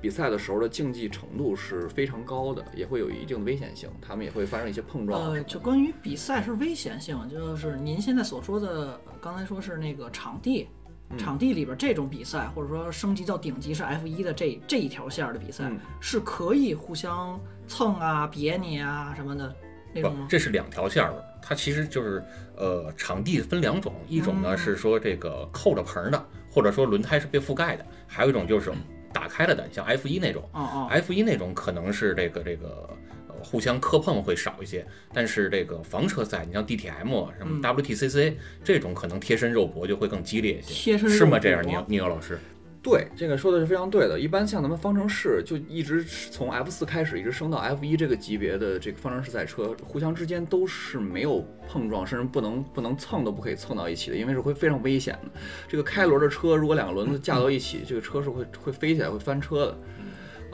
Speaker 5: 比赛的时候的竞技程度是非常高的，也会有一定的危险性，他们也会发生一些碰撞。啊
Speaker 3: 呃，就关于比赛是危险性，就是您现在所说的，呃刚才说是那个场地，
Speaker 5: 嗯
Speaker 3: 场地里边这种比赛，或者说升级到顶级是 F 一的这这一条线儿的比赛，
Speaker 5: 嗯
Speaker 3: 是可以互相蹭啊、别你啊什么的那
Speaker 1: 不
Speaker 3: 种吗，？
Speaker 1: 这是两条线儿，它其实就是呃，场地分两种，一种
Speaker 3: 哦
Speaker 1: 呢是说这个扣着棚儿的，或者说轮胎是被覆盖的，还有一种就是
Speaker 3: 嗯
Speaker 1: 打开了的，像 F 一那种。
Speaker 3: 哦哦，
Speaker 1: F 一那种可能是这个这个呃互相磕碰会少一些，但是这个房车赛，你像 DTM 啊什么
Speaker 3: 嗯
Speaker 1: WTCC、这种，可能贴身肉搏就会更激烈一些，
Speaker 3: 贴身
Speaker 1: 是吗？
Speaker 3: 肉
Speaker 1: 这样，
Speaker 3: 搏
Speaker 1: 尼尼欧老师，
Speaker 5: 对，这个说的是非常对的。一般像咱们方程式，就一直从 F 四开始，一直升到 F 一这个级别的这个方程式赛车，互相之间都是没有碰撞，甚至不能不能蹭都不可以蹭到一起的，因为是会非常危险的。这个开轮的车，如果两个轮子架到一起，这个车是会会飞起来，会翻车的。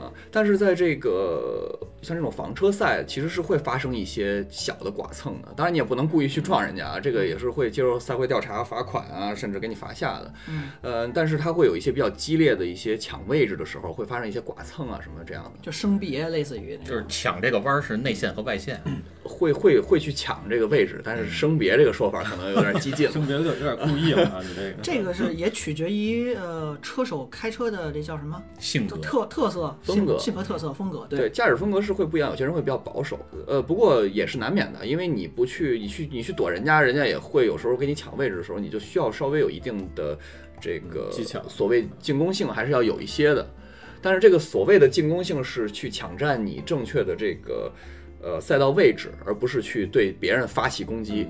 Speaker 5: 啊，但是在这个像这种房车赛，其实是会发生一些小的剐蹭的。当然，你也不能故意去撞人家啊，这个也是会接受赛会调查、罚款啊，甚至给你罚下的。
Speaker 3: 嗯，
Speaker 5: 呃，但是它会有一些比较激烈的一些抢位置的时候，会发生一些剐蹭啊什么这样的。
Speaker 3: 就生别类似于那
Speaker 1: 就
Speaker 3: 种
Speaker 1: 是抢这个弯儿是内线和外线，
Speaker 3: 嗯
Speaker 5: 会会会去抢这个位置，
Speaker 4: 嗯
Speaker 5: 但是生别这个说法可能有点激 进了。
Speaker 4: 性别有点有点故意了啊，你这个。
Speaker 3: 这个是也取决于呃车手开车的这叫什么
Speaker 1: 性格
Speaker 3: 特特色
Speaker 5: 风
Speaker 3: 性
Speaker 5: 格
Speaker 3: 性格特色风格，
Speaker 5: 对，驾驶风格是会不一样，有些人会比较保守，呃，不过也是难免的，因为你不去，你去，你去躲人家，人家也会有时候给你抢位置的时候，你就需要稍微有一定的这个
Speaker 4: 嗯技巧
Speaker 5: 所谓进攻性还是要有一些的。但是这个所谓的进攻性是去抢占你正确的这个呃赛道位置，而不是去对别人发起攻
Speaker 4: 嗯
Speaker 5: 击。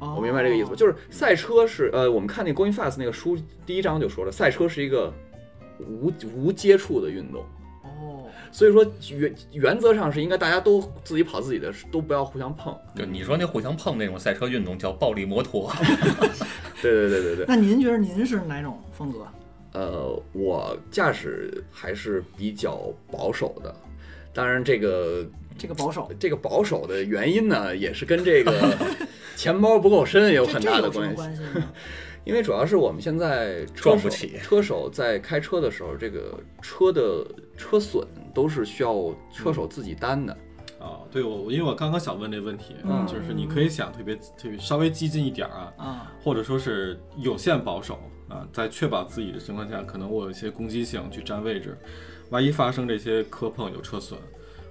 Speaker 3: 哦
Speaker 5: 我明白这个意思，就是赛车是呃，我们看那《Going Fast》那个书第一章就说了，赛车是一个无无接触的运动，
Speaker 3: 哦，
Speaker 5: 所以说原原则上是应该大家都自己跑自己的，都不要互相碰。
Speaker 1: 就你说那互相碰那种赛车运动叫暴力摩 托，
Speaker 5: 对对对对对，
Speaker 3: 那您觉得您是哪种风格？
Speaker 5: 呃，我驾驶还是比较保守的，当然这个
Speaker 3: 这个保守，
Speaker 5: 这个保守的原因呢，也是跟这个 钱包不够深也有
Speaker 3: 这
Speaker 5: 很
Speaker 3: 这
Speaker 5: 大的
Speaker 3: 有什么
Speaker 5: 关系。
Speaker 3: 关系 呢？
Speaker 5: 因为主要是我们现在车
Speaker 1: 撞
Speaker 5: 手
Speaker 1: 不起
Speaker 5: 车手在开车的时候，这个车的车损都是需要车手自己担的。
Speaker 4: 哦，对我，我因为我刚刚想问这问题，
Speaker 3: 嗯
Speaker 4: 就是你可以想特别特别稍微激进一点儿啊，
Speaker 3: 啊，
Speaker 4: 或者说是有限保守啊，在确保自己的情况下，可能我有一些攻击性去占位置，万一发生这些磕碰有车损，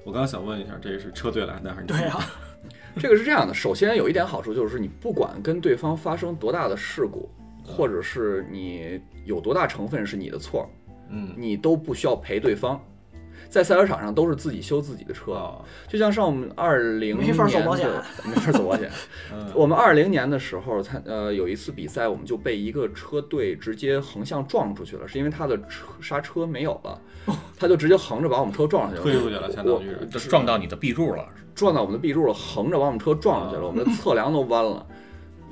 Speaker 4: 我刚刚想问一下，这是车队来的还是你？
Speaker 3: 对啊，
Speaker 5: 这个是这样的，首先有一点好处就是，你不管跟对方发生多大的事故，
Speaker 3: 嗯
Speaker 5: 或者是你有多大成分是你的错，
Speaker 4: 嗯，
Speaker 5: 你都不需要赔对方。在赛车场上都是自己修自己的车，
Speaker 1: 啊
Speaker 4: 哦，
Speaker 5: 就像上我们二零
Speaker 3: 啊没
Speaker 5: 年
Speaker 3: 法
Speaker 5: 的
Speaker 3: 走保险啊
Speaker 5: 没法走保险，
Speaker 4: 嗯，
Speaker 5: 我们二零年的时候，参呃有一次比赛，我们就被一个车队直接横向撞出去了，是因为他的车刹车没有了，他就直接横着把我们车撞上去了，
Speaker 4: 哦推出去了，相当于
Speaker 5: 我
Speaker 4: 是
Speaker 1: 就撞到你的 B 柱了，
Speaker 5: 撞到我们的 B 柱了，横着把我们车撞上去了，
Speaker 4: 啊
Speaker 5: 我们的侧梁都弯了，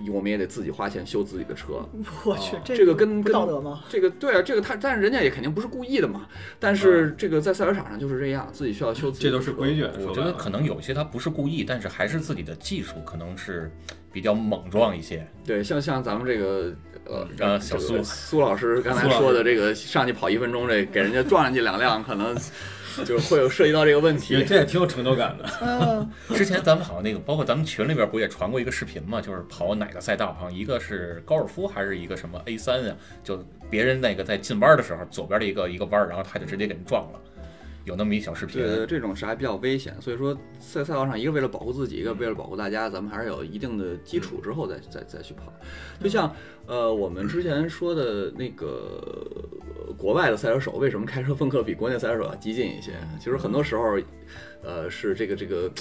Speaker 5: 我们也得自己花钱修自己的车。
Speaker 3: 我去
Speaker 4: 哦，
Speaker 3: 这
Speaker 5: 啊这
Speaker 3: 个
Speaker 5: 个跟
Speaker 3: 不道德 吗？
Speaker 5: 这个对啊，这个他，但是人家也肯定不是故意的嘛。但是这个在赛车场上就是这样，自己需要修自
Speaker 4: 嗯
Speaker 5: 己
Speaker 4: 这
Speaker 5: 的
Speaker 4: 都是
Speaker 5: 车。
Speaker 4: 规矩。
Speaker 1: 我
Speaker 4: 说
Speaker 1: 觉
Speaker 4: 白
Speaker 1: 得
Speaker 4: 了
Speaker 1: 可能有些他不是故意，但是还是自己的技术可能是比较莽撞一
Speaker 4: 嗯
Speaker 1: 些。
Speaker 5: 对，像像咱们这个呃
Speaker 1: 呃小苏
Speaker 5: 这个苏老师刚才
Speaker 4: 苏老师
Speaker 5: 说的这个上去跑一分钟，这给人家撞上去两辆，可能就是会有涉及到这个问
Speaker 4: 也
Speaker 5: 题。
Speaker 4: 这也挺有成就感的。
Speaker 5: 啊
Speaker 1: 之前咱们好像那个，包括咱们群里边不也传过一个视频嘛，就是跑哪个赛道，好像一个是高尔夫还是一个什么 A 三啊，就别人那个在进弯的时候，左边的一个一个弯，然后他就直接给人撞了，有那么一小视频
Speaker 5: 对。对，这种是还比较危险，所以说在赛道上，一个为了保护自己，一个为了保护大家，咱们还是有一定的基础之后再再再去跑。就像呃我们之前说的那个呃国外的赛车手为什么开车风格比国内赛车手要激进一些，其实很多时候呃是这个这个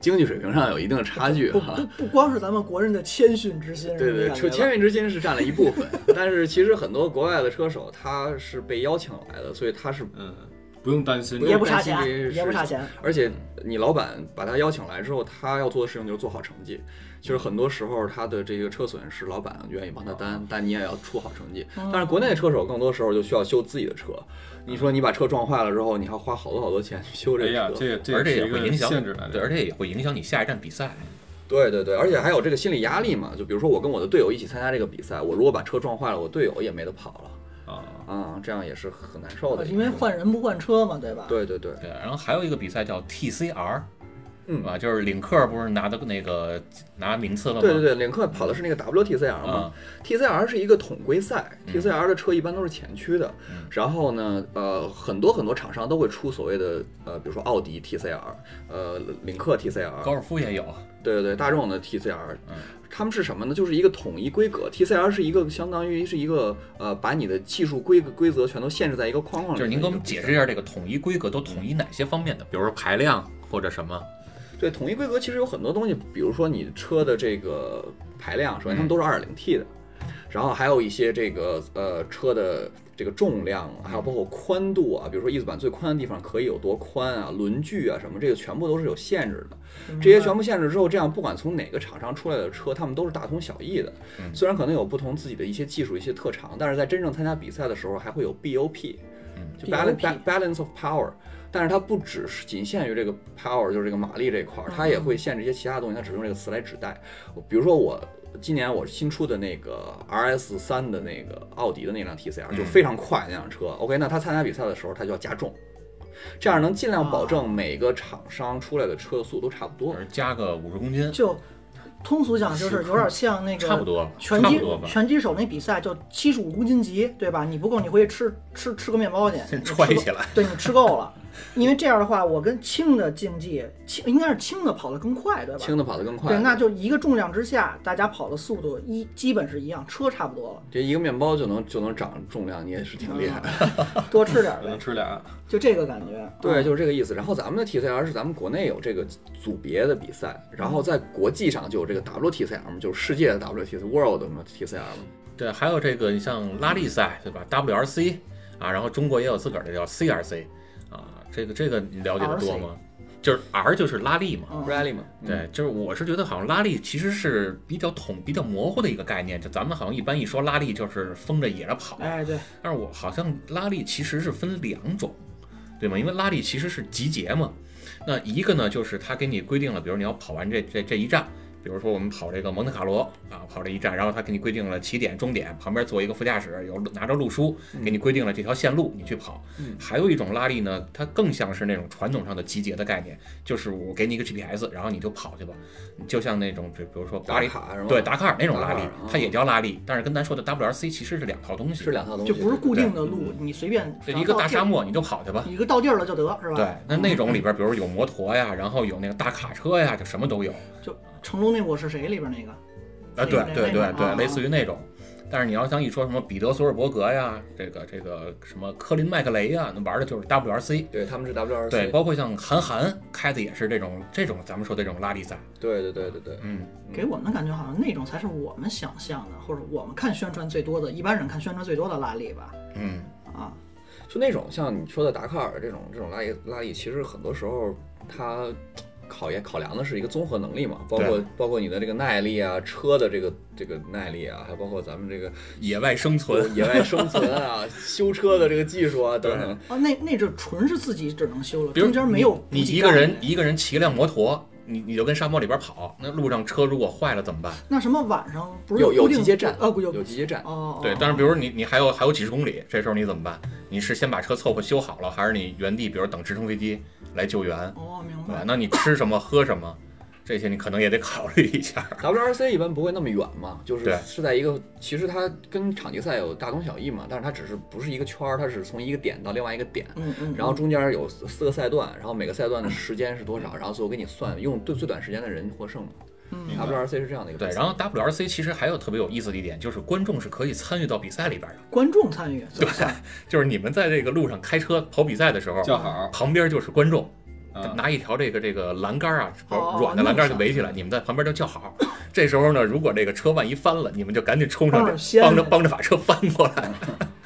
Speaker 5: 经济水平上有一定的差距
Speaker 3: 不
Speaker 5: 哈
Speaker 3: 不。不光是咱们国人的谦逊之心，
Speaker 5: 对对，
Speaker 3: 是
Speaker 5: 就
Speaker 3: 吧
Speaker 5: 千运之心是占了一部分， 但是其实很多国外的车手他是被邀请来的，所以他是，
Speaker 4: 嗯，不用担心。
Speaker 5: 不
Speaker 3: 也
Speaker 5: 用
Speaker 3: 不差
Speaker 5: 担心
Speaker 3: 钱
Speaker 5: 这些，
Speaker 3: 也不
Speaker 5: 事
Speaker 3: 差
Speaker 5: 情
Speaker 3: 钱，
Speaker 5: 而且你老板把他邀请来之后，他要做的事情就是做好成绩。其实很多时候他的这个车损是老板愿意帮他担，但你也要出好成绩。但是国内的车手更多时候就需要修自己的车，你说你把车撞坏了之后，你还花好多好多钱去修
Speaker 4: 哎
Speaker 5: 这
Speaker 4: 呀
Speaker 5: 个，车。
Speaker 4: 这这
Speaker 1: 而且
Speaker 4: 是
Speaker 1: 也
Speaker 4: 一
Speaker 1: 会
Speaker 4: 个
Speaker 1: 影响
Speaker 4: 限制来，
Speaker 1: 对，
Speaker 4: 的。
Speaker 1: 而且也会影响你下一站比赛。
Speaker 5: 对对对，而且还有这个心理压力嘛，就比如说我跟我的队友一起参加这个比赛，我如果把车撞坏了，我队友也没得跑了。
Speaker 4: 啊，
Speaker 5: 啊，这样也是很难受的。
Speaker 3: 呃因为换人不换车嘛，对吧？
Speaker 5: 对对对，
Speaker 1: 对，然后还有一个比赛叫 TCR，
Speaker 5: 嗯
Speaker 1: 啊，就是领克不是拿的那个拿名次了吗？
Speaker 5: 对对对，领克跑的是那个 WTCR 嘛、
Speaker 1: 啊
Speaker 5: t c r 是一个统规赛
Speaker 1: 嗯
Speaker 5: ，TCR 的车一般都是前驱的。
Speaker 1: 嗯
Speaker 5: 然后呢，呃，很多很多厂商都会出所谓的呃，比如说奥迪 TCR，呃，领克 TCR，
Speaker 1: 高尔夫也有，
Speaker 5: 对对对，大众的 TCR，、
Speaker 1: 嗯
Speaker 5: 他们是什么呢？就是一个统一规格，TCR 是一个相当于是一个呃，把你的技术规格规则全都限制在一个框框
Speaker 1: 就
Speaker 5: 里。
Speaker 1: 是您给我们解释一。下这个统一规格都统一哪些方面的，比如说排量或者什么。
Speaker 5: 对，统一规格其实有很多东西，比如说你车的这个排量，首先他们
Speaker 1: 嗯
Speaker 5: 都是 2.0T 的，然后还有一些这个呃车的这个重量，还有包括宽度啊，比如说翼子板最宽的地方可以有多宽啊，轮距啊什么，这个全部都是有限制的。
Speaker 3: 明白
Speaker 5: 这些全部限制之后，这样不管从哪个厂商出来的车，他们都是大同小异的。
Speaker 1: 嗯
Speaker 5: 虽然可能有不同自己的一些技术、一些特长，但是在真正参加比赛的时候，还会有 BOP，
Speaker 1: 嗯
Speaker 5: 就 balance
Speaker 3: BOP
Speaker 5: balance of power。但是它不只是仅限于这个 power，就是这个马力这一块儿，它也会限制一些其他东西，它只是用这个词来指代。我比如说我今年我新出的那个 RS 三的那个奥迪的那辆 TCR 就非常快那辆车，OK，那它参加比赛的时候它就要加重，这样能尽量保证每个厂商出来的车的速度都差不多
Speaker 1: 或。者加个五十公斤，
Speaker 3: 就通俗讲就是有点像那个
Speaker 1: 差不多，
Speaker 3: 拳
Speaker 1: 差
Speaker 3: 击
Speaker 1: 不多吧。
Speaker 3: 拳击手那比赛就七十五公斤级，对吧？你不够，你回去吃吃吃个面包去，
Speaker 1: 先
Speaker 3: 你
Speaker 1: 踹
Speaker 3: 吃够
Speaker 1: 起来。
Speaker 3: 对你吃够了，因为这样的话，我跟轻的竞技，轻应该是轻的跑得更快，对吧？
Speaker 5: 轻的跑得更快，
Speaker 3: 对，那就一个重量之下，大家跑的速度一基本是一样，车差不多
Speaker 5: 这一个面包就能就能长重量，你也是挺厉害的。
Speaker 3: 了，多吃点
Speaker 4: 可能
Speaker 3: 呗，
Speaker 4: 吃俩，
Speaker 3: 就这个感觉。啊
Speaker 5: 对，就是这个意思。然后咱们的 TCR 是咱们国内有这个组别的比赛，然后在国际上就有这个 WTCR 嘛，就是世界的 WTC World 什么 TCR 嘛。
Speaker 1: 对，还有这个你像拉力赛对吧？WRC 啊，然后中国也有自个儿的叫 CRC 啊，这个这个你了解的多吗？就是 R 就是拉力嘛，
Speaker 3: 嗯
Speaker 5: Rally 嘛，嗯，
Speaker 1: 对，就是我是觉得好像拉力其实是比较统、比较模糊的一个概念。就咱们好像一般一说拉力就是风着野着跑，
Speaker 3: 哎，对，
Speaker 1: 但是我好像拉力其实是分两种，对吗？因为拉力其实是集结嘛。那一个呢，就是他给你规定了，比如你要跑完这这这一站，比如说我们跑这个蒙特卡罗啊，跑这一站，然后他给你规定了起点、终点，旁边坐一个副驾驶，有拿着路书
Speaker 5: 嗯
Speaker 1: 给你规定了这条线路，你去跑。还有一种拉力呢，它更像是那种传统上的集结的概念，就是我给你一个 GPS，然后你就跑去吧，就像那种比比如说巴
Speaker 5: 打
Speaker 1: 黎。
Speaker 5: 卡什么？
Speaker 1: 对达喀尔那种
Speaker 5: 达
Speaker 1: 拉
Speaker 5: 喀
Speaker 1: 力
Speaker 5: 尔，
Speaker 1: 它也
Speaker 5: 嗯
Speaker 1: 叫拉力，但是跟咱说的 WRC 其实是两套东西，
Speaker 5: 是两套东西，
Speaker 3: 就不是固定的路，你随便
Speaker 1: 嗯对，一个大沙
Speaker 3: 漠，
Speaker 1: 漠你就跑去吧。
Speaker 3: 你一个到地儿了就得是吧？嗯
Speaker 1: 对，那那种里边，比如有摩托呀，然后有那个大卡车呀，就什么都有。
Speaker 3: 成龙那《我是谁》里边那个，
Speaker 1: 啊，对对对对，
Speaker 3: 啊
Speaker 1: 类似于那种。但是你要想一说什么彼得索尔伯格呀，这个这个什么科林麦克雷呀，那玩的就是 WRC。
Speaker 5: 对，他们是 WRC，
Speaker 1: 对，包括像韩寒开的也是这种这种咱们说的这种拉力赛。
Speaker 5: 对对对对对，
Speaker 1: 嗯，
Speaker 3: 给我们的感觉好像那种才是我们想象的，或者我们看宣传最多的，一般人看宣传最多的拉力吧。
Speaker 1: 嗯，
Speaker 3: 啊，
Speaker 5: 就那种像你说的达喀尔这种这种拉力拉力，其实很多时候它考验考量的是一个综合能力嘛，包括包括你的这个耐力啊，车的这个这个耐力啊，还包括咱们这个
Speaker 1: 野外生存。
Speaker 5: 野外生存啊， 修车的这个技术啊等等。
Speaker 3: 哦，那那就纯是自己只能修了，
Speaker 1: 比如
Speaker 3: 中间没有
Speaker 1: 你
Speaker 3: 补给
Speaker 1: 一个
Speaker 3: 站
Speaker 1: 人一个人骑辆摩托，你你就跟沙漠里边跑，那路上车如果坏了怎么办？
Speaker 3: 那什么晚上不是
Speaker 5: 有有
Speaker 3: 固定
Speaker 5: 集结站
Speaker 3: 啊？不有
Speaker 5: 有集结站，
Speaker 3: 哦，
Speaker 1: 对，但是比如你你还有还有几十公里，这时候你怎么办？你是先把车凑合修好了，还是你原地比如等直升飞机来救援，
Speaker 3: 哦，明
Speaker 1: 对吧
Speaker 3: 白？。
Speaker 1: 那你吃什么喝什么，这些你可能也得考虑一下。
Speaker 5: WRC 一般不会那么远嘛，就是
Speaker 1: 对
Speaker 5: 是在一个，其实它跟场地赛有大同小异嘛，但是它只是不是一个圈儿，它只是从一个点到另外一个点，
Speaker 3: 嗯嗯，
Speaker 5: 然后中间有四四个赛段，然后每个赛段的时间是多少，然后最后给你算用最最短时间的人获胜嘛。
Speaker 3: 嗯
Speaker 5: WRC 是这样的一个比
Speaker 1: 对，
Speaker 5: 赛，
Speaker 1: 然后 WRC 其实还有特别有意思的一点，就是观众是可以参与到比赛里 边的，
Speaker 3: 观众参与，对，
Speaker 1: 就是你们在这个路上开车跑比赛的时候，
Speaker 4: 叫
Speaker 3: 嗯
Speaker 4: 好
Speaker 1: 旁边就是观众，
Speaker 4: 啊，
Speaker 1: 拿一条这个这个栏杆啊，
Speaker 3: 哦
Speaker 1: 软的栏杆就围起来，你们在旁边就叫好。这时候呢，如果这个车万一翻了，你们就赶紧冲上
Speaker 3: 帮着
Speaker 1: 去，
Speaker 3: 掀
Speaker 1: 帮着帮着把车翻过来。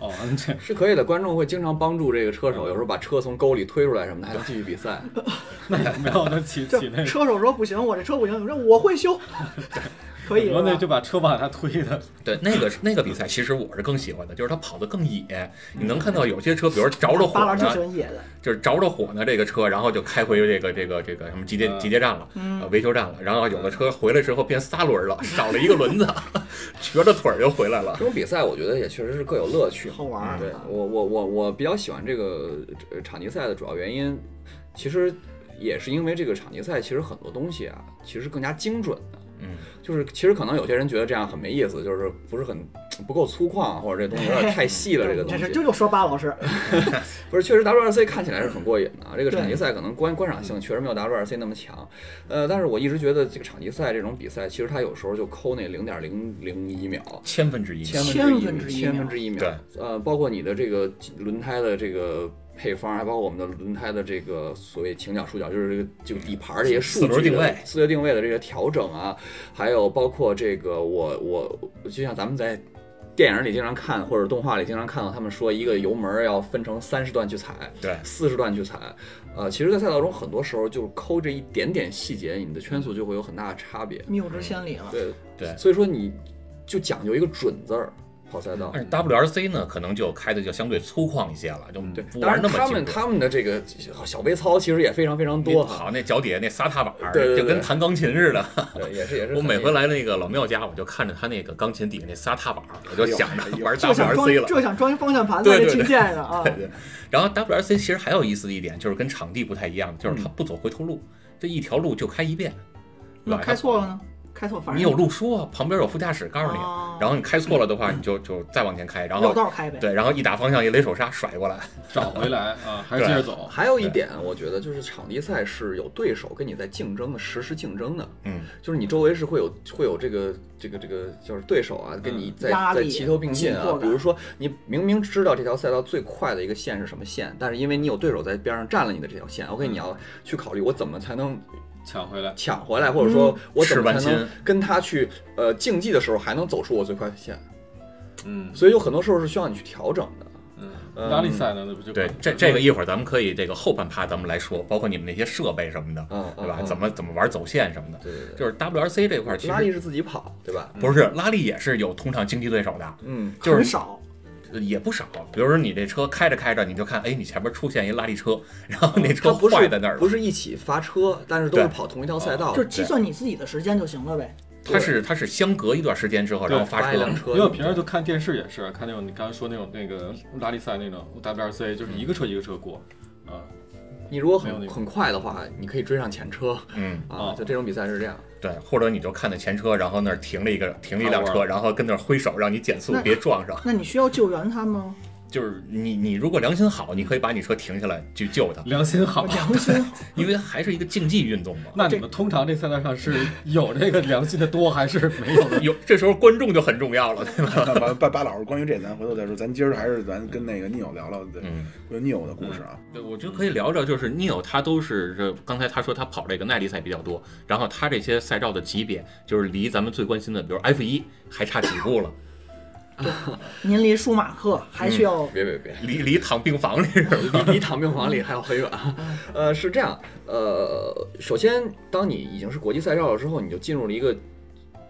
Speaker 4: 哦，这
Speaker 5: 是可以的，观众会经常帮助这个车手，有时候把车从沟里推出来什么的，还能继续比 赛。
Speaker 4: 那也没有能骑
Speaker 3: 就
Speaker 4: 骑那个，
Speaker 3: 车手说不行，我这车不行，我说我 会修，可以
Speaker 4: 然后
Speaker 3: 了
Speaker 4: 那
Speaker 3: 吧
Speaker 4: 就把车往下推的，
Speaker 1: 对，那个那个比赛其实我是更喜欢的，就是它跑得更野。你能看到有些车，比如着着火
Speaker 3: 巴拉就喜
Speaker 1: 呢，
Speaker 3: 欢野的，
Speaker 1: 就是着着火呢，这个车然后就开回这个这个这个什么集结
Speaker 4: 嗯
Speaker 1: 集结站了，呃维修站了。然后有的车回来之后变仨轮了，少了一个轮子， 瘸着腿儿又回来了。
Speaker 5: 这种比赛我觉得也确实是各有乐趣。
Speaker 3: 好玩儿啊
Speaker 5: 对
Speaker 1: 嗯
Speaker 5: 我我我我比较喜欢这个呃场地赛的主要原因，其实也是因为这个场地赛其实很多东西啊，其实更加精准的。
Speaker 1: 嗯，
Speaker 5: 就是其实可能有些人觉得这样很没意思，就是不是很不够粗犷啊，或者这东西有点太细 了。这个东
Speaker 3: 这
Speaker 5: 西
Speaker 3: 是这就说巴老师，
Speaker 5: 不是，确实 WRC 看起来是很过瘾的啊。这个
Speaker 3: 对
Speaker 5: 场地赛可能观观赏性确实没有 WRC 那么强，呃，但是我一直觉得这个场地赛这种比赛，其实它有时候就抠那零点零零一秒，
Speaker 1: 千分之一，
Speaker 5: 千分之一
Speaker 3: 千
Speaker 5: 千
Speaker 3: 分
Speaker 5: 分
Speaker 3: 之
Speaker 5: 之一秒，呃，包括你的这个轮胎的这个配方，还包括我们的轮胎的这个所谓倾角、束角，就是这个这个底盘儿这些数
Speaker 1: 四
Speaker 5: 据
Speaker 1: 轮定
Speaker 5: 的
Speaker 1: 位
Speaker 5: 四轮定位的这个调整啊，还有包括这个我我就像咱们在。电影里经常看，或者动画里经常看到，他们说一个油门儿要分成三十段去踩，
Speaker 1: 对
Speaker 5: 四十段去踩，呃，其实，在赛道中很多时候就是抠这一点点细节，你的圈速就会有很大的差别。
Speaker 3: 谬之千里了。
Speaker 5: 对
Speaker 1: 对
Speaker 5: 所以说你就讲究一个准字儿跑赛道。
Speaker 1: 但是 WRC 呢，可能就开的就相对粗犷一些了，就
Speaker 5: 对，
Speaker 1: 不
Speaker 5: 嗯当
Speaker 1: 玩
Speaker 5: 然
Speaker 1: 那么
Speaker 5: 他
Speaker 1: 精
Speaker 5: 们
Speaker 1: 准。
Speaker 5: 他们的这个小微操其实也非常非常多啊
Speaker 1: 那
Speaker 5: 哈，
Speaker 1: 好，那脚底下那仨踏板儿，
Speaker 5: 对对对
Speaker 1: 就跟弹钢琴似的。
Speaker 5: 嗯对，也是也是。
Speaker 1: 我每回，来那个老庙家，我就看着他那个钢琴底下那仨踏板儿，我就想着玩
Speaker 3: 就想装
Speaker 1: WRC 了。
Speaker 3: 就想装一方向盘在
Speaker 1: 对
Speaker 3: 这
Speaker 1: 对
Speaker 3: 琴
Speaker 1: 对
Speaker 3: 键上啊，
Speaker 1: 然后 WRC 其实还有意思的一点，就是跟场地不太一样，就是它不走回头路，这一条路就开一遍。
Speaker 3: 那
Speaker 1: 对吧
Speaker 3: 开错了呢？开错反正
Speaker 1: 你有路书啊，旁边有副驾驶告诉你
Speaker 3: 哦，
Speaker 1: 然后你开错了的话，你就就再往前开，然
Speaker 3: 绕
Speaker 1: 后
Speaker 3: 道开呗。
Speaker 1: 对，然后一打方向一勒手刹甩过来，
Speaker 4: 找回来啊，还是接着走。
Speaker 5: 还有一点我觉得就是场地赛是有对手跟你在竞争的，实时竞争的，
Speaker 1: 嗯，
Speaker 5: 就是你周围是会有会有这个这个这个就是对手啊，跟你在
Speaker 3: 压
Speaker 5: 在
Speaker 3: 力
Speaker 5: 齐头并进
Speaker 3: 紧迫
Speaker 5: 啊。
Speaker 3: 感
Speaker 5: 比如说你明明知道这条赛道最快的一个线是什么线，但是因为你有对手在边上占了你的这条线，OK，你要去考虑我怎么才能
Speaker 4: 抢回来，
Speaker 5: 抢回来，或者说我怎么才
Speaker 1: 吃完
Speaker 5: 能跟他去呃竞技的时候还能走出我最快的线？
Speaker 4: 嗯
Speaker 5: 所以有很多时候是需要你去调整的。
Speaker 4: 嗯，拉力赛呢，那不就
Speaker 1: 对，这这个一会儿咱们可以这个后半趴咱们来说，包括你们那些设备什么的，
Speaker 5: 嗯
Speaker 1: 对吧？
Speaker 5: 嗯
Speaker 1: 怎么怎么玩走线什么的，
Speaker 5: 对对对，
Speaker 1: 就是 WRC 这块儿其
Speaker 5: 拉力
Speaker 1: 实
Speaker 5: 是自己跑，对吧？
Speaker 1: 不是拉力也是有通常竞技对手的，
Speaker 5: 嗯，
Speaker 1: 就
Speaker 3: 很
Speaker 1: 是
Speaker 3: 少，
Speaker 1: 呃也不少。比如说你这车开着开着，你就看，哎，你前面出现一拉力车，然后那车
Speaker 5: 它不
Speaker 1: 坏
Speaker 5: 是
Speaker 1: 在那儿了
Speaker 5: 不。是一起发车，但是都啊是
Speaker 1: 哦对
Speaker 5: 跑同一条赛道，
Speaker 3: 就是计算你自己的时间就行了呗。
Speaker 1: 它是它是相隔一段时间之后，
Speaker 4: 对
Speaker 1: 然后发
Speaker 5: 发一
Speaker 1: 车
Speaker 5: 辆。车。
Speaker 4: 因为我平时就看电视也是看那种你刚才说那种那个拉力赛那种 WRC，就是一个车一个车过，啊，
Speaker 5: 你如果
Speaker 4: 没有那
Speaker 5: 很
Speaker 4: 个
Speaker 5: 很快的话，你可以追上前车
Speaker 1: 嗯，
Speaker 5: 啊
Speaker 4: 哦。
Speaker 5: 就这种比赛是这样，
Speaker 1: 对，或者你就看着前车，然后那儿停了一个停了一辆车，然后跟那儿挥手让你减速
Speaker 3: 那
Speaker 1: 别撞上。
Speaker 3: 那你需要救援 他吗？
Speaker 1: 就是你你如果良心好，你可以把你车停下来去救它，
Speaker 4: 良心好。
Speaker 3: 良心好，
Speaker 1: 因为还是一个竞技运动 嘛。
Speaker 4: 那你们通常这赛道上是有这个良心的多还是没 有的？
Speaker 1: 有这时候观众就很重要了，对吧？
Speaker 2: 那巴 巴巴老师，关于这咱回头再说，咱今儿还是咱跟那个 n e o 聊聊对
Speaker 1: 嗯，
Speaker 2: 关于 n e o 的故事啊。
Speaker 1: 对，我觉得可以聊聊，就是 Neo 他都是这刚才他说他跑这个耐力赛比较多，然后他这些赛道的级别就是离咱们最关心的，比如 F 一还差几步 了，
Speaker 3: 您离舒马克还需
Speaker 1: 嗯
Speaker 3: 要
Speaker 5: 别别别，
Speaker 1: 离离躺病房里是吧？
Speaker 5: 离离躺病房里还要很远。 呃，是这样，呃，首先，当你已经是国际赛照了之后，你就进入了一个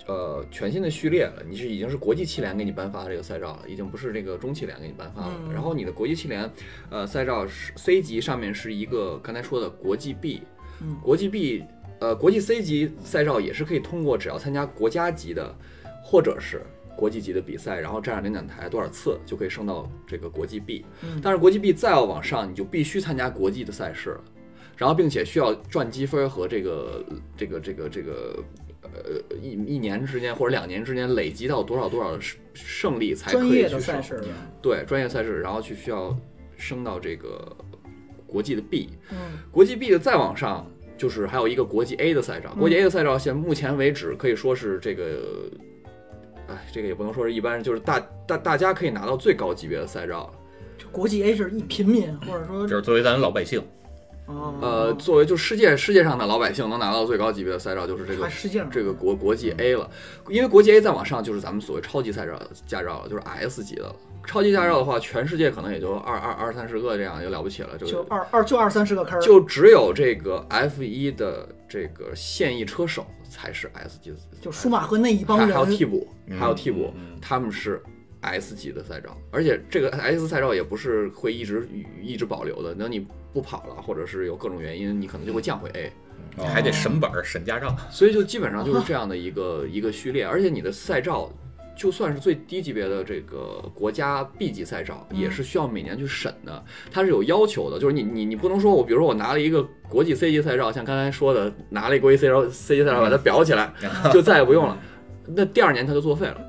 Speaker 5: 呃全新的序列了。你是已经是国际汽联给你颁发的这个赛照了，已经不是这个中汽联给你颁发了。
Speaker 3: 嗯
Speaker 5: 然后你的国际汽联呃赛照是 C 级上面是一个刚才说的国际 B，、
Speaker 3: 嗯
Speaker 5: 国际 B 呃国际 C 级赛照也是可以通过只要参加国家级的或者是。国际级的比赛，然后站上领奖台多少次就可以升到这个国际 B，、
Speaker 3: 嗯
Speaker 5: 但是国际 B 再要往上，你就必须参加国际的赛事了，然后并且需要赚积分和这个这个这个这个呃一一年之间或者两年之间累积到多少多少的胜胜利才可
Speaker 3: 专
Speaker 5: 以
Speaker 3: 业
Speaker 5: 去
Speaker 3: 的赛
Speaker 5: 升
Speaker 3: 事？
Speaker 5: 对专业赛事，然后去需要升到这个国际的 B，
Speaker 3: 嗯，
Speaker 5: 国际 B 的再往上就是还有一个国际 A 的赛照，
Speaker 3: 嗯
Speaker 5: 国际 A 的赛照现目前为止可以说是这个，哎，这个也不能说是一般人，就是大大大家可以拿到最高级别的赛照了。
Speaker 3: 就国际 A 是一平民，或者说
Speaker 1: 就是作为咱老百姓，
Speaker 3: 哦
Speaker 5: 呃，作为就世界世界上的老百姓能拿到最高级别的赛照，就是这
Speaker 3: 还
Speaker 5: 个
Speaker 3: 是世界上
Speaker 5: 这个国国际 A 了，因为国际 A 再往上就是咱们所谓超级赛照驾照了，就是 S 级的了。超级驾照的话，全世界可能也就二二二三十个这样就了不起了，
Speaker 3: 就
Speaker 5: 就
Speaker 3: 二二就二三十个坑儿，
Speaker 5: 就只有这个 F 一的这个现役车手才是 S 级的，
Speaker 3: 就舒马赫那一帮
Speaker 5: 还
Speaker 3: 人
Speaker 5: 还有替补，
Speaker 1: 嗯
Speaker 5: 还有替补，他们是 S 级的赛照，而且这个 S 赛照也不是会一直一直保留的，等你不跑了，或者是有各种原因，你可能就会降回 A，
Speaker 1: 还得审本儿审驾照。
Speaker 5: 所以就基本上就是这样的一个一个序列，而且你的赛照就算是最低级别的这个国家 B 级赛照，也是需要每年去审的，它是有要求的。就是你你你不能说我，比如说我拿了一个国际 C 级赛照，像刚才说的，拿了一国际 C 照 C 级赛照把它裱起来，就再也不用了，那第二年它就作废了。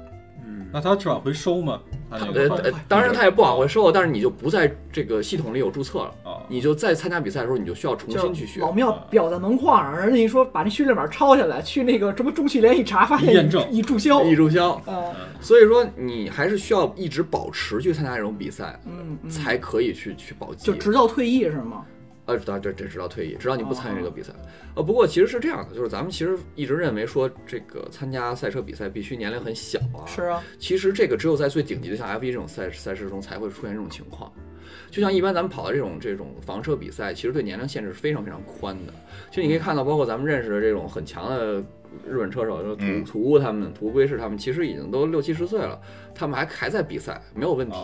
Speaker 2: 嗯，
Speaker 4: 那他是往回收吗？他那
Speaker 5: 呃
Speaker 4: 个
Speaker 5: 呃，当然它也不往回收，但是你就不在这个系统里有注册了，
Speaker 4: 啊，
Speaker 5: 你就在参加比赛的时候，你就需要重新去学。
Speaker 3: 老庙表的门框儿，人家一说把那序列码抄下来，去那个什么中汽联一查，发现
Speaker 4: 验证
Speaker 3: 已注销。
Speaker 5: 易注销，
Speaker 3: 呃，
Speaker 5: 所以说你还是需要一直保持去参加这种比赛，
Speaker 3: 嗯，嗯
Speaker 5: 才可以去去保级。
Speaker 3: 就直到退役是吗？
Speaker 5: 呃，对对对，直到退役，直到你不参
Speaker 3: 哦
Speaker 5: 与这个比赛。呃，不过其实是这样的，就是咱们其实一直认为说这个参加赛车比赛必须年龄很小啊，
Speaker 3: 是啊，
Speaker 5: 其实这个只有在最顶级的像 F 1这种赛赛事中才会出现这种情况。就像一般咱们跑的这种这种房车比赛，其实对年龄限制是非常非常宽的。其实你可
Speaker 3: 嗯
Speaker 5: 以看到，包括咱们认识的这种很强的日本车手，就是
Speaker 2: 嗯
Speaker 5: 土土屋他们、土龟市他们，其实已经都六七十岁了，他们还还在比赛，没有问题。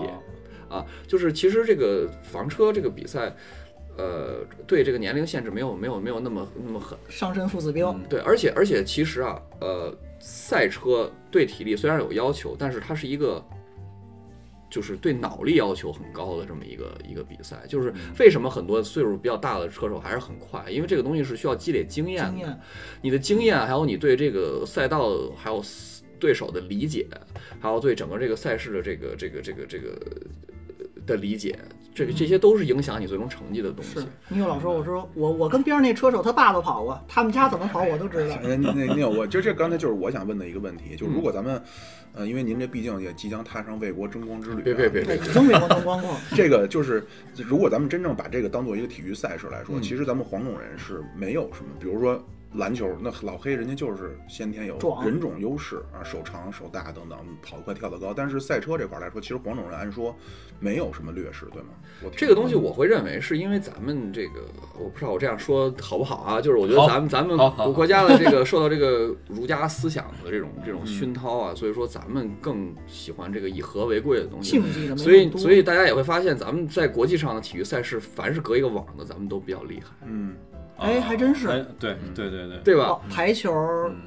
Speaker 4: 啊
Speaker 5: 啊，就是其实这个房车这个比赛，呃，对这个年龄限制没有没有没有那么那么狠。
Speaker 3: 上身父子兵，
Speaker 5: 对，而且而且其实啊，呃，赛车对体力虽然有要求，但是它是一个。就是对脑力要求很高的这么一个一个比赛，就是为什么很多岁数比较大的车手还是很快，因为这个东西是需要积累经验的。
Speaker 3: 经验
Speaker 5: 你的经验，还有你对这个赛道，还有对手的理解，还有对整个这个赛事的这个这个这个这个呃的理解，这个这些都是影响你最终成绩的东西嗯
Speaker 3: 是。。你有老说，我说我我跟边上那车手他爸都跑过，他们家怎么跑我都知
Speaker 5: 嗯
Speaker 3: 道。
Speaker 2: 那那那我就这刚才就是我想问的一个问题，就是如果咱们，呃，因为您这毕竟也即将踏上为国争光之旅、啊，
Speaker 5: 别别别别
Speaker 3: 北，京美国灯光棍，
Speaker 2: 这个就是，如果咱们真正把这个当做一个体育赛事来说，其实咱们黄种人是没有什么，比如说篮球，那老黑人家就是先天有
Speaker 3: 壮
Speaker 2: 人种优势啊，手长手大等等，跑得快跳得高。但是赛车这块来说，其实黄种人按说没有什么劣势，对吗？我听
Speaker 5: 这个东西我会认为是因为咱们这个，我不知道我这样说好不好啊？就是我觉得
Speaker 1: 好
Speaker 5: 咱们咱们
Speaker 1: 好好好
Speaker 5: 国家的这个受到这个儒家思想的这种这种熏陶啊，所以说咱们更喜欢这个以和为贵的东西
Speaker 3: 竞。技的没
Speaker 5: 所以
Speaker 3: 那么，多
Speaker 5: 所以大家也会发现，咱们在国际上的体育赛事，凡是隔一个网的，咱们都比较厉害，
Speaker 2: 嗯，
Speaker 3: 哎还真是
Speaker 4: 哎对
Speaker 5: 嗯
Speaker 4: 对对对，
Speaker 5: 对吧？嗯
Speaker 3: 哦排球、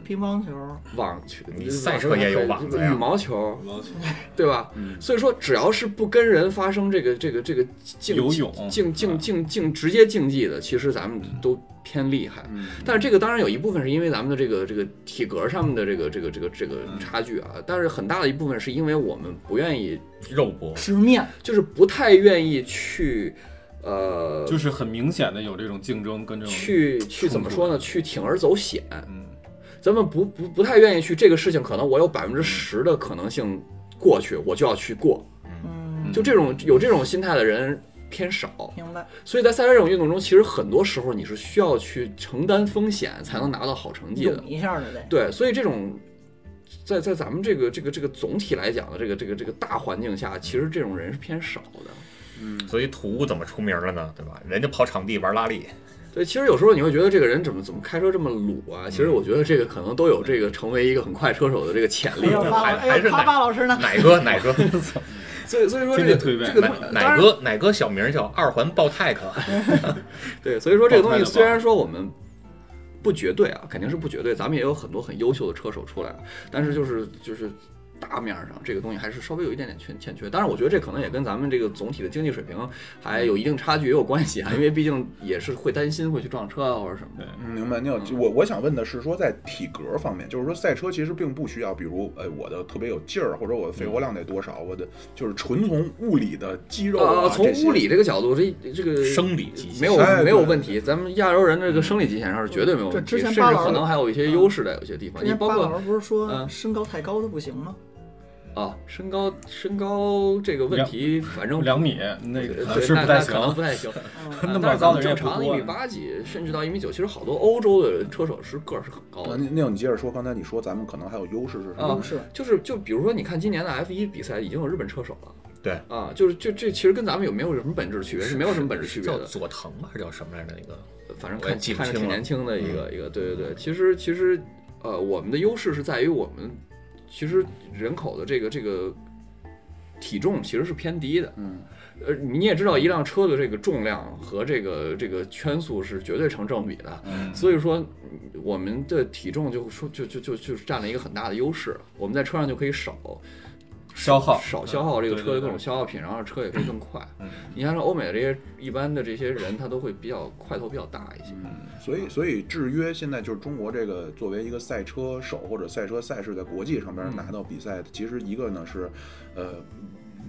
Speaker 3: 乒乓球，
Speaker 5: 网球，
Speaker 1: 你赛车也有网子呀嗯
Speaker 5: 羽毛球，
Speaker 4: 羽毛球
Speaker 5: 对吧？所以说，只要是不跟人发生这个这个这个竞
Speaker 4: 游泳
Speaker 5: 竞
Speaker 1: 嗯
Speaker 5: 竞竞竞直接竞技的，其实咱们都偏厉害。
Speaker 1: 嗯
Speaker 5: 但是这个当然有一部分是因为咱们的这个这个体格上面的这个这个这个这个
Speaker 1: 嗯
Speaker 5: 差距啊，但是很大的一部分是因为我们不愿意，
Speaker 1: 肉搏，
Speaker 3: 直面
Speaker 5: 就是不太愿意去，呃，
Speaker 4: 就是很明显的有这种竞争跟这种
Speaker 5: 去去怎么说呢？去铤而走险。
Speaker 4: 嗯，
Speaker 5: 咱们不不不太愿意去这个事情，可能我有百分之十的可能性过去，我就要去过。
Speaker 3: 嗯，
Speaker 5: 就这种有这种心态的人偏少，
Speaker 3: 明白。
Speaker 5: 所以在赛车这种运动中，其实很多时候你是需要去承担风险才能拿到好成绩的
Speaker 3: 涌。一下就得。
Speaker 5: 对，所以这种在在咱们这个这个这个总体来讲的这个这个这个大环境下，其实这种人是偏少的。嗯
Speaker 1: 所以土屋怎么出名了呢？对吧？人家跑场地玩拉 力，
Speaker 5: 对，其实有时候你会觉得这个人怎么怎么开车这么鲁啊？其实我觉得这个可能都有这个成为一个很快车手的这个潜力
Speaker 3: 哎。
Speaker 4: 嗯
Speaker 3: 呦，巴
Speaker 1: 还
Speaker 3: 老，哎
Speaker 1: 还是
Speaker 3: 呦，
Speaker 1: 奶
Speaker 3: 巴巴老师呢？
Speaker 1: 奶哥 奶哥
Speaker 5: 所以所以说这
Speaker 4: 天
Speaker 5: 个
Speaker 4: 天
Speaker 5: 这
Speaker 4: 推背
Speaker 5: 个东西
Speaker 1: 奶，
Speaker 5: 当然
Speaker 1: 奶哥奶哥小名叫二环爆泰克，
Speaker 5: 对，所以说这个东
Speaker 4: 爆胎
Speaker 5: 西
Speaker 4: 的
Speaker 5: 虽然说我们不绝对啊，肯定是不绝对，咱们也有很多很优秀的车手出来，啊但是就是就是大面上这个东西还是稍微有一点点欠欠缺。当然，我觉得这可能也跟咱们这个总体的经济水平还有一定差距也有关系啊，因为毕竟也是会担心会去撞车啊或者什么的。
Speaker 2: 嗯明白。那我我我想问的是说，在体格方面，就是说赛车其实并不需要，比如呃我的特别有劲儿，或者我的肺活量得多少，我的就是纯从物理的肌肉
Speaker 5: 呃，
Speaker 2: 啊，
Speaker 5: 从
Speaker 2: 这些
Speaker 5: 物理这个角度，这这个
Speaker 1: 生理极限
Speaker 5: 没有
Speaker 2: 哎对
Speaker 5: 没有问题，咱们亚洲人这个生理极限上是绝对没有问
Speaker 3: 这
Speaker 5: 题，
Speaker 3: 之前
Speaker 5: 甚至
Speaker 3: 巴老
Speaker 5: 可能还有一些优势在有些地方。
Speaker 3: 之
Speaker 5: 你
Speaker 3: 前
Speaker 5: 包
Speaker 3: 巴
Speaker 5: 括
Speaker 3: 老师不是说
Speaker 5: 嗯
Speaker 3: 身高太高的不行吗？
Speaker 5: 啊，身高身高这个问题，反正
Speaker 4: 两米那
Speaker 5: 对
Speaker 4: 个
Speaker 5: 那
Speaker 4: 可能是不太行
Speaker 5: 可，能不太行。
Speaker 3: 嗯
Speaker 4: 那
Speaker 5: 但
Speaker 4: 么
Speaker 5: 是咱
Speaker 4: 高的
Speaker 5: 们
Speaker 4: 人也
Speaker 5: 正
Speaker 4: 不
Speaker 5: 常的一
Speaker 4: 多
Speaker 5: 米
Speaker 4: 呢。
Speaker 5: 八几，甚至到一米九，其实好多欧洲的车手是个儿是很高
Speaker 2: 啊
Speaker 5: 的。
Speaker 2: 那那你接着说，刚才你说咱们可能还有优势是什
Speaker 5: 啊
Speaker 2: 么？
Speaker 3: 是
Speaker 5: 就是就比如说，你看今年的 F 1比赛已经有日本车手了。
Speaker 1: 对
Speaker 5: 啊，就是就这其实跟咱们有没有什么本质区别是没有什么本质区别
Speaker 1: 叫
Speaker 5: 的，
Speaker 1: 佐藤吧，还是叫什么来着？那个
Speaker 5: 反正
Speaker 1: 我也
Speaker 5: 看
Speaker 1: 记不
Speaker 5: 看着
Speaker 1: 清
Speaker 5: 挺
Speaker 1: 了
Speaker 5: 年轻的一个一个，对对对，其实其实呃，我们的优势是在于我们其实人口的这个这个体重其实是偏低的。
Speaker 2: 嗯，
Speaker 5: 呃，你也知道一辆车的这个重量和这个这个圈速是绝对成正比的，所以说嗯我们的体重就说就就就就是占了一个很大的优势，我们在车上就可以少
Speaker 4: 消耗
Speaker 5: 少消耗这个车的
Speaker 4: 哦对对对
Speaker 5: 各种消耗品，然后车也可以更快。
Speaker 4: 嗯，
Speaker 5: 你像说欧美的这些一般的这些人，他都会比较块头比较大一些。
Speaker 4: 嗯
Speaker 2: 所以所以制约现在就是中国这个作为一个赛车手或者赛车赛事在国际上
Speaker 5: 嗯
Speaker 2: 边拿到比赛，其实一个呢是，呃，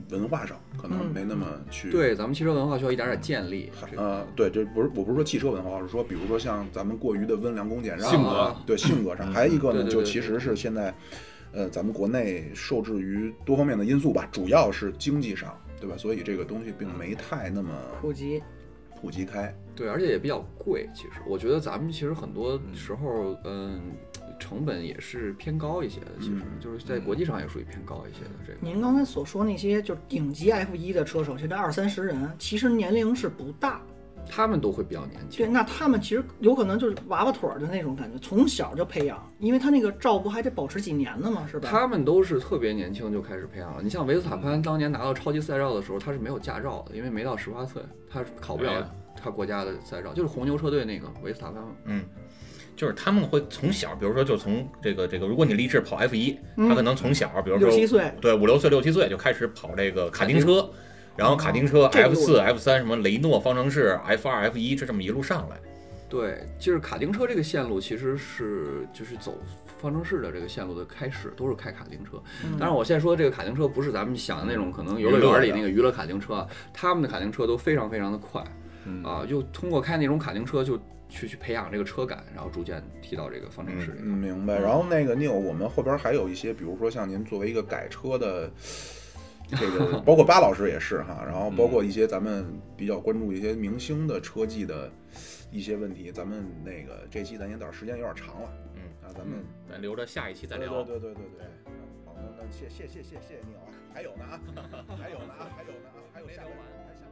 Speaker 2: 文化上可能
Speaker 3: 嗯
Speaker 2: 没那么去、
Speaker 5: 对，咱们汽车文化需要一点点建立。这个
Speaker 2: 呃，对，这不是我不是说汽车文化，我是说比如说像咱们过于的温良恭俭让
Speaker 4: 性
Speaker 2: 啊
Speaker 4: 格
Speaker 2: 对性格上，还有一个呢，
Speaker 5: 嗯对对对
Speaker 2: 就
Speaker 5: 对
Speaker 2: 其实
Speaker 5: 对
Speaker 2: 是现在，呃，咱们国内受制于多方面的因素吧，主要是经济上，对吧？所以这个东西并
Speaker 5: 嗯
Speaker 2: 没太那么
Speaker 3: 普及，
Speaker 2: 普及开。
Speaker 5: 对，而且也比较贵。其实我觉得咱们其实很多时候，嗯，成本也是偏高一些的。其实
Speaker 2: 嗯
Speaker 5: 就是在国际上也属于偏高一些的这个。
Speaker 3: 您刚才所说那些就是顶级 F 一的车手，现在二三十人，其实年龄是不大。
Speaker 5: 他们都会比较年
Speaker 3: 对，
Speaker 5: 轻。
Speaker 3: 那他们其实有可能就是娃娃腿儿的那种感觉，从小就培养，因为他那个照不还得保持几年呢嘛，是吧？
Speaker 5: 他们都是特别年轻就开始培养了。你像维斯塔潘当年拿到超级赛照的时候，他是没有驾照的，因为没到十八岁，他是考不
Speaker 1: 哎
Speaker 5: 了
Speaker 1: 呀
Speaker 5: 他国家的赛照，就是红牛车队那个维斯塔潘嘛。
Speaker 1: 嗯，就是他们会从小，比如说就从这个这个，如果你立志跑 F 一，他可能从小，比如说
Speaker 3: 嗯六七岁，
Speaker 1: 对五六岁六七岁就开始跑这个卡丁车，然后卡丁车
Speaker 3: 哦这个路
Speaker 1: F 四 F 三什么雷诺方程式 F 二 F 一，这这么一路上来，
Speaker 5: 对，就是卡丁车这个线路其实是就是走方程式的这个线路的开始，都是开卡丁车。
Speaker 3: 嗯
Speaker 5: 当然，我现在说的这个卡丁车不是咱们想的那种可能游乐园里那个娱乐卡丁车，啊，他们的卡丁车都非常非常的快，啊，就通过开那种卡丁车就去去培养这个车感，然后逐渐提到这个方程式里。
Speaker 2: 嗯，明白。然后那个 Neil，我们后边还有一些，比如说像您作为一个改车 的，这个包括巴老师也是哈，然后包
Speaker 1: 嗯
Speaker 2: 括一些咱们比较关注一些明星的车技的一些问题，咱们那个这期咱也到时间有点长了，
Speaker 1: 嗯
Speaker 2: 啊，咱们
Speaker 1: 咱留着下一期再聊。
Speaker 2: 对对对对对对。好，那那谢谢谢谢谢谢 Neil 啊，还有呢啊，还有呢啊，还有呢啊，还有下个还有下个。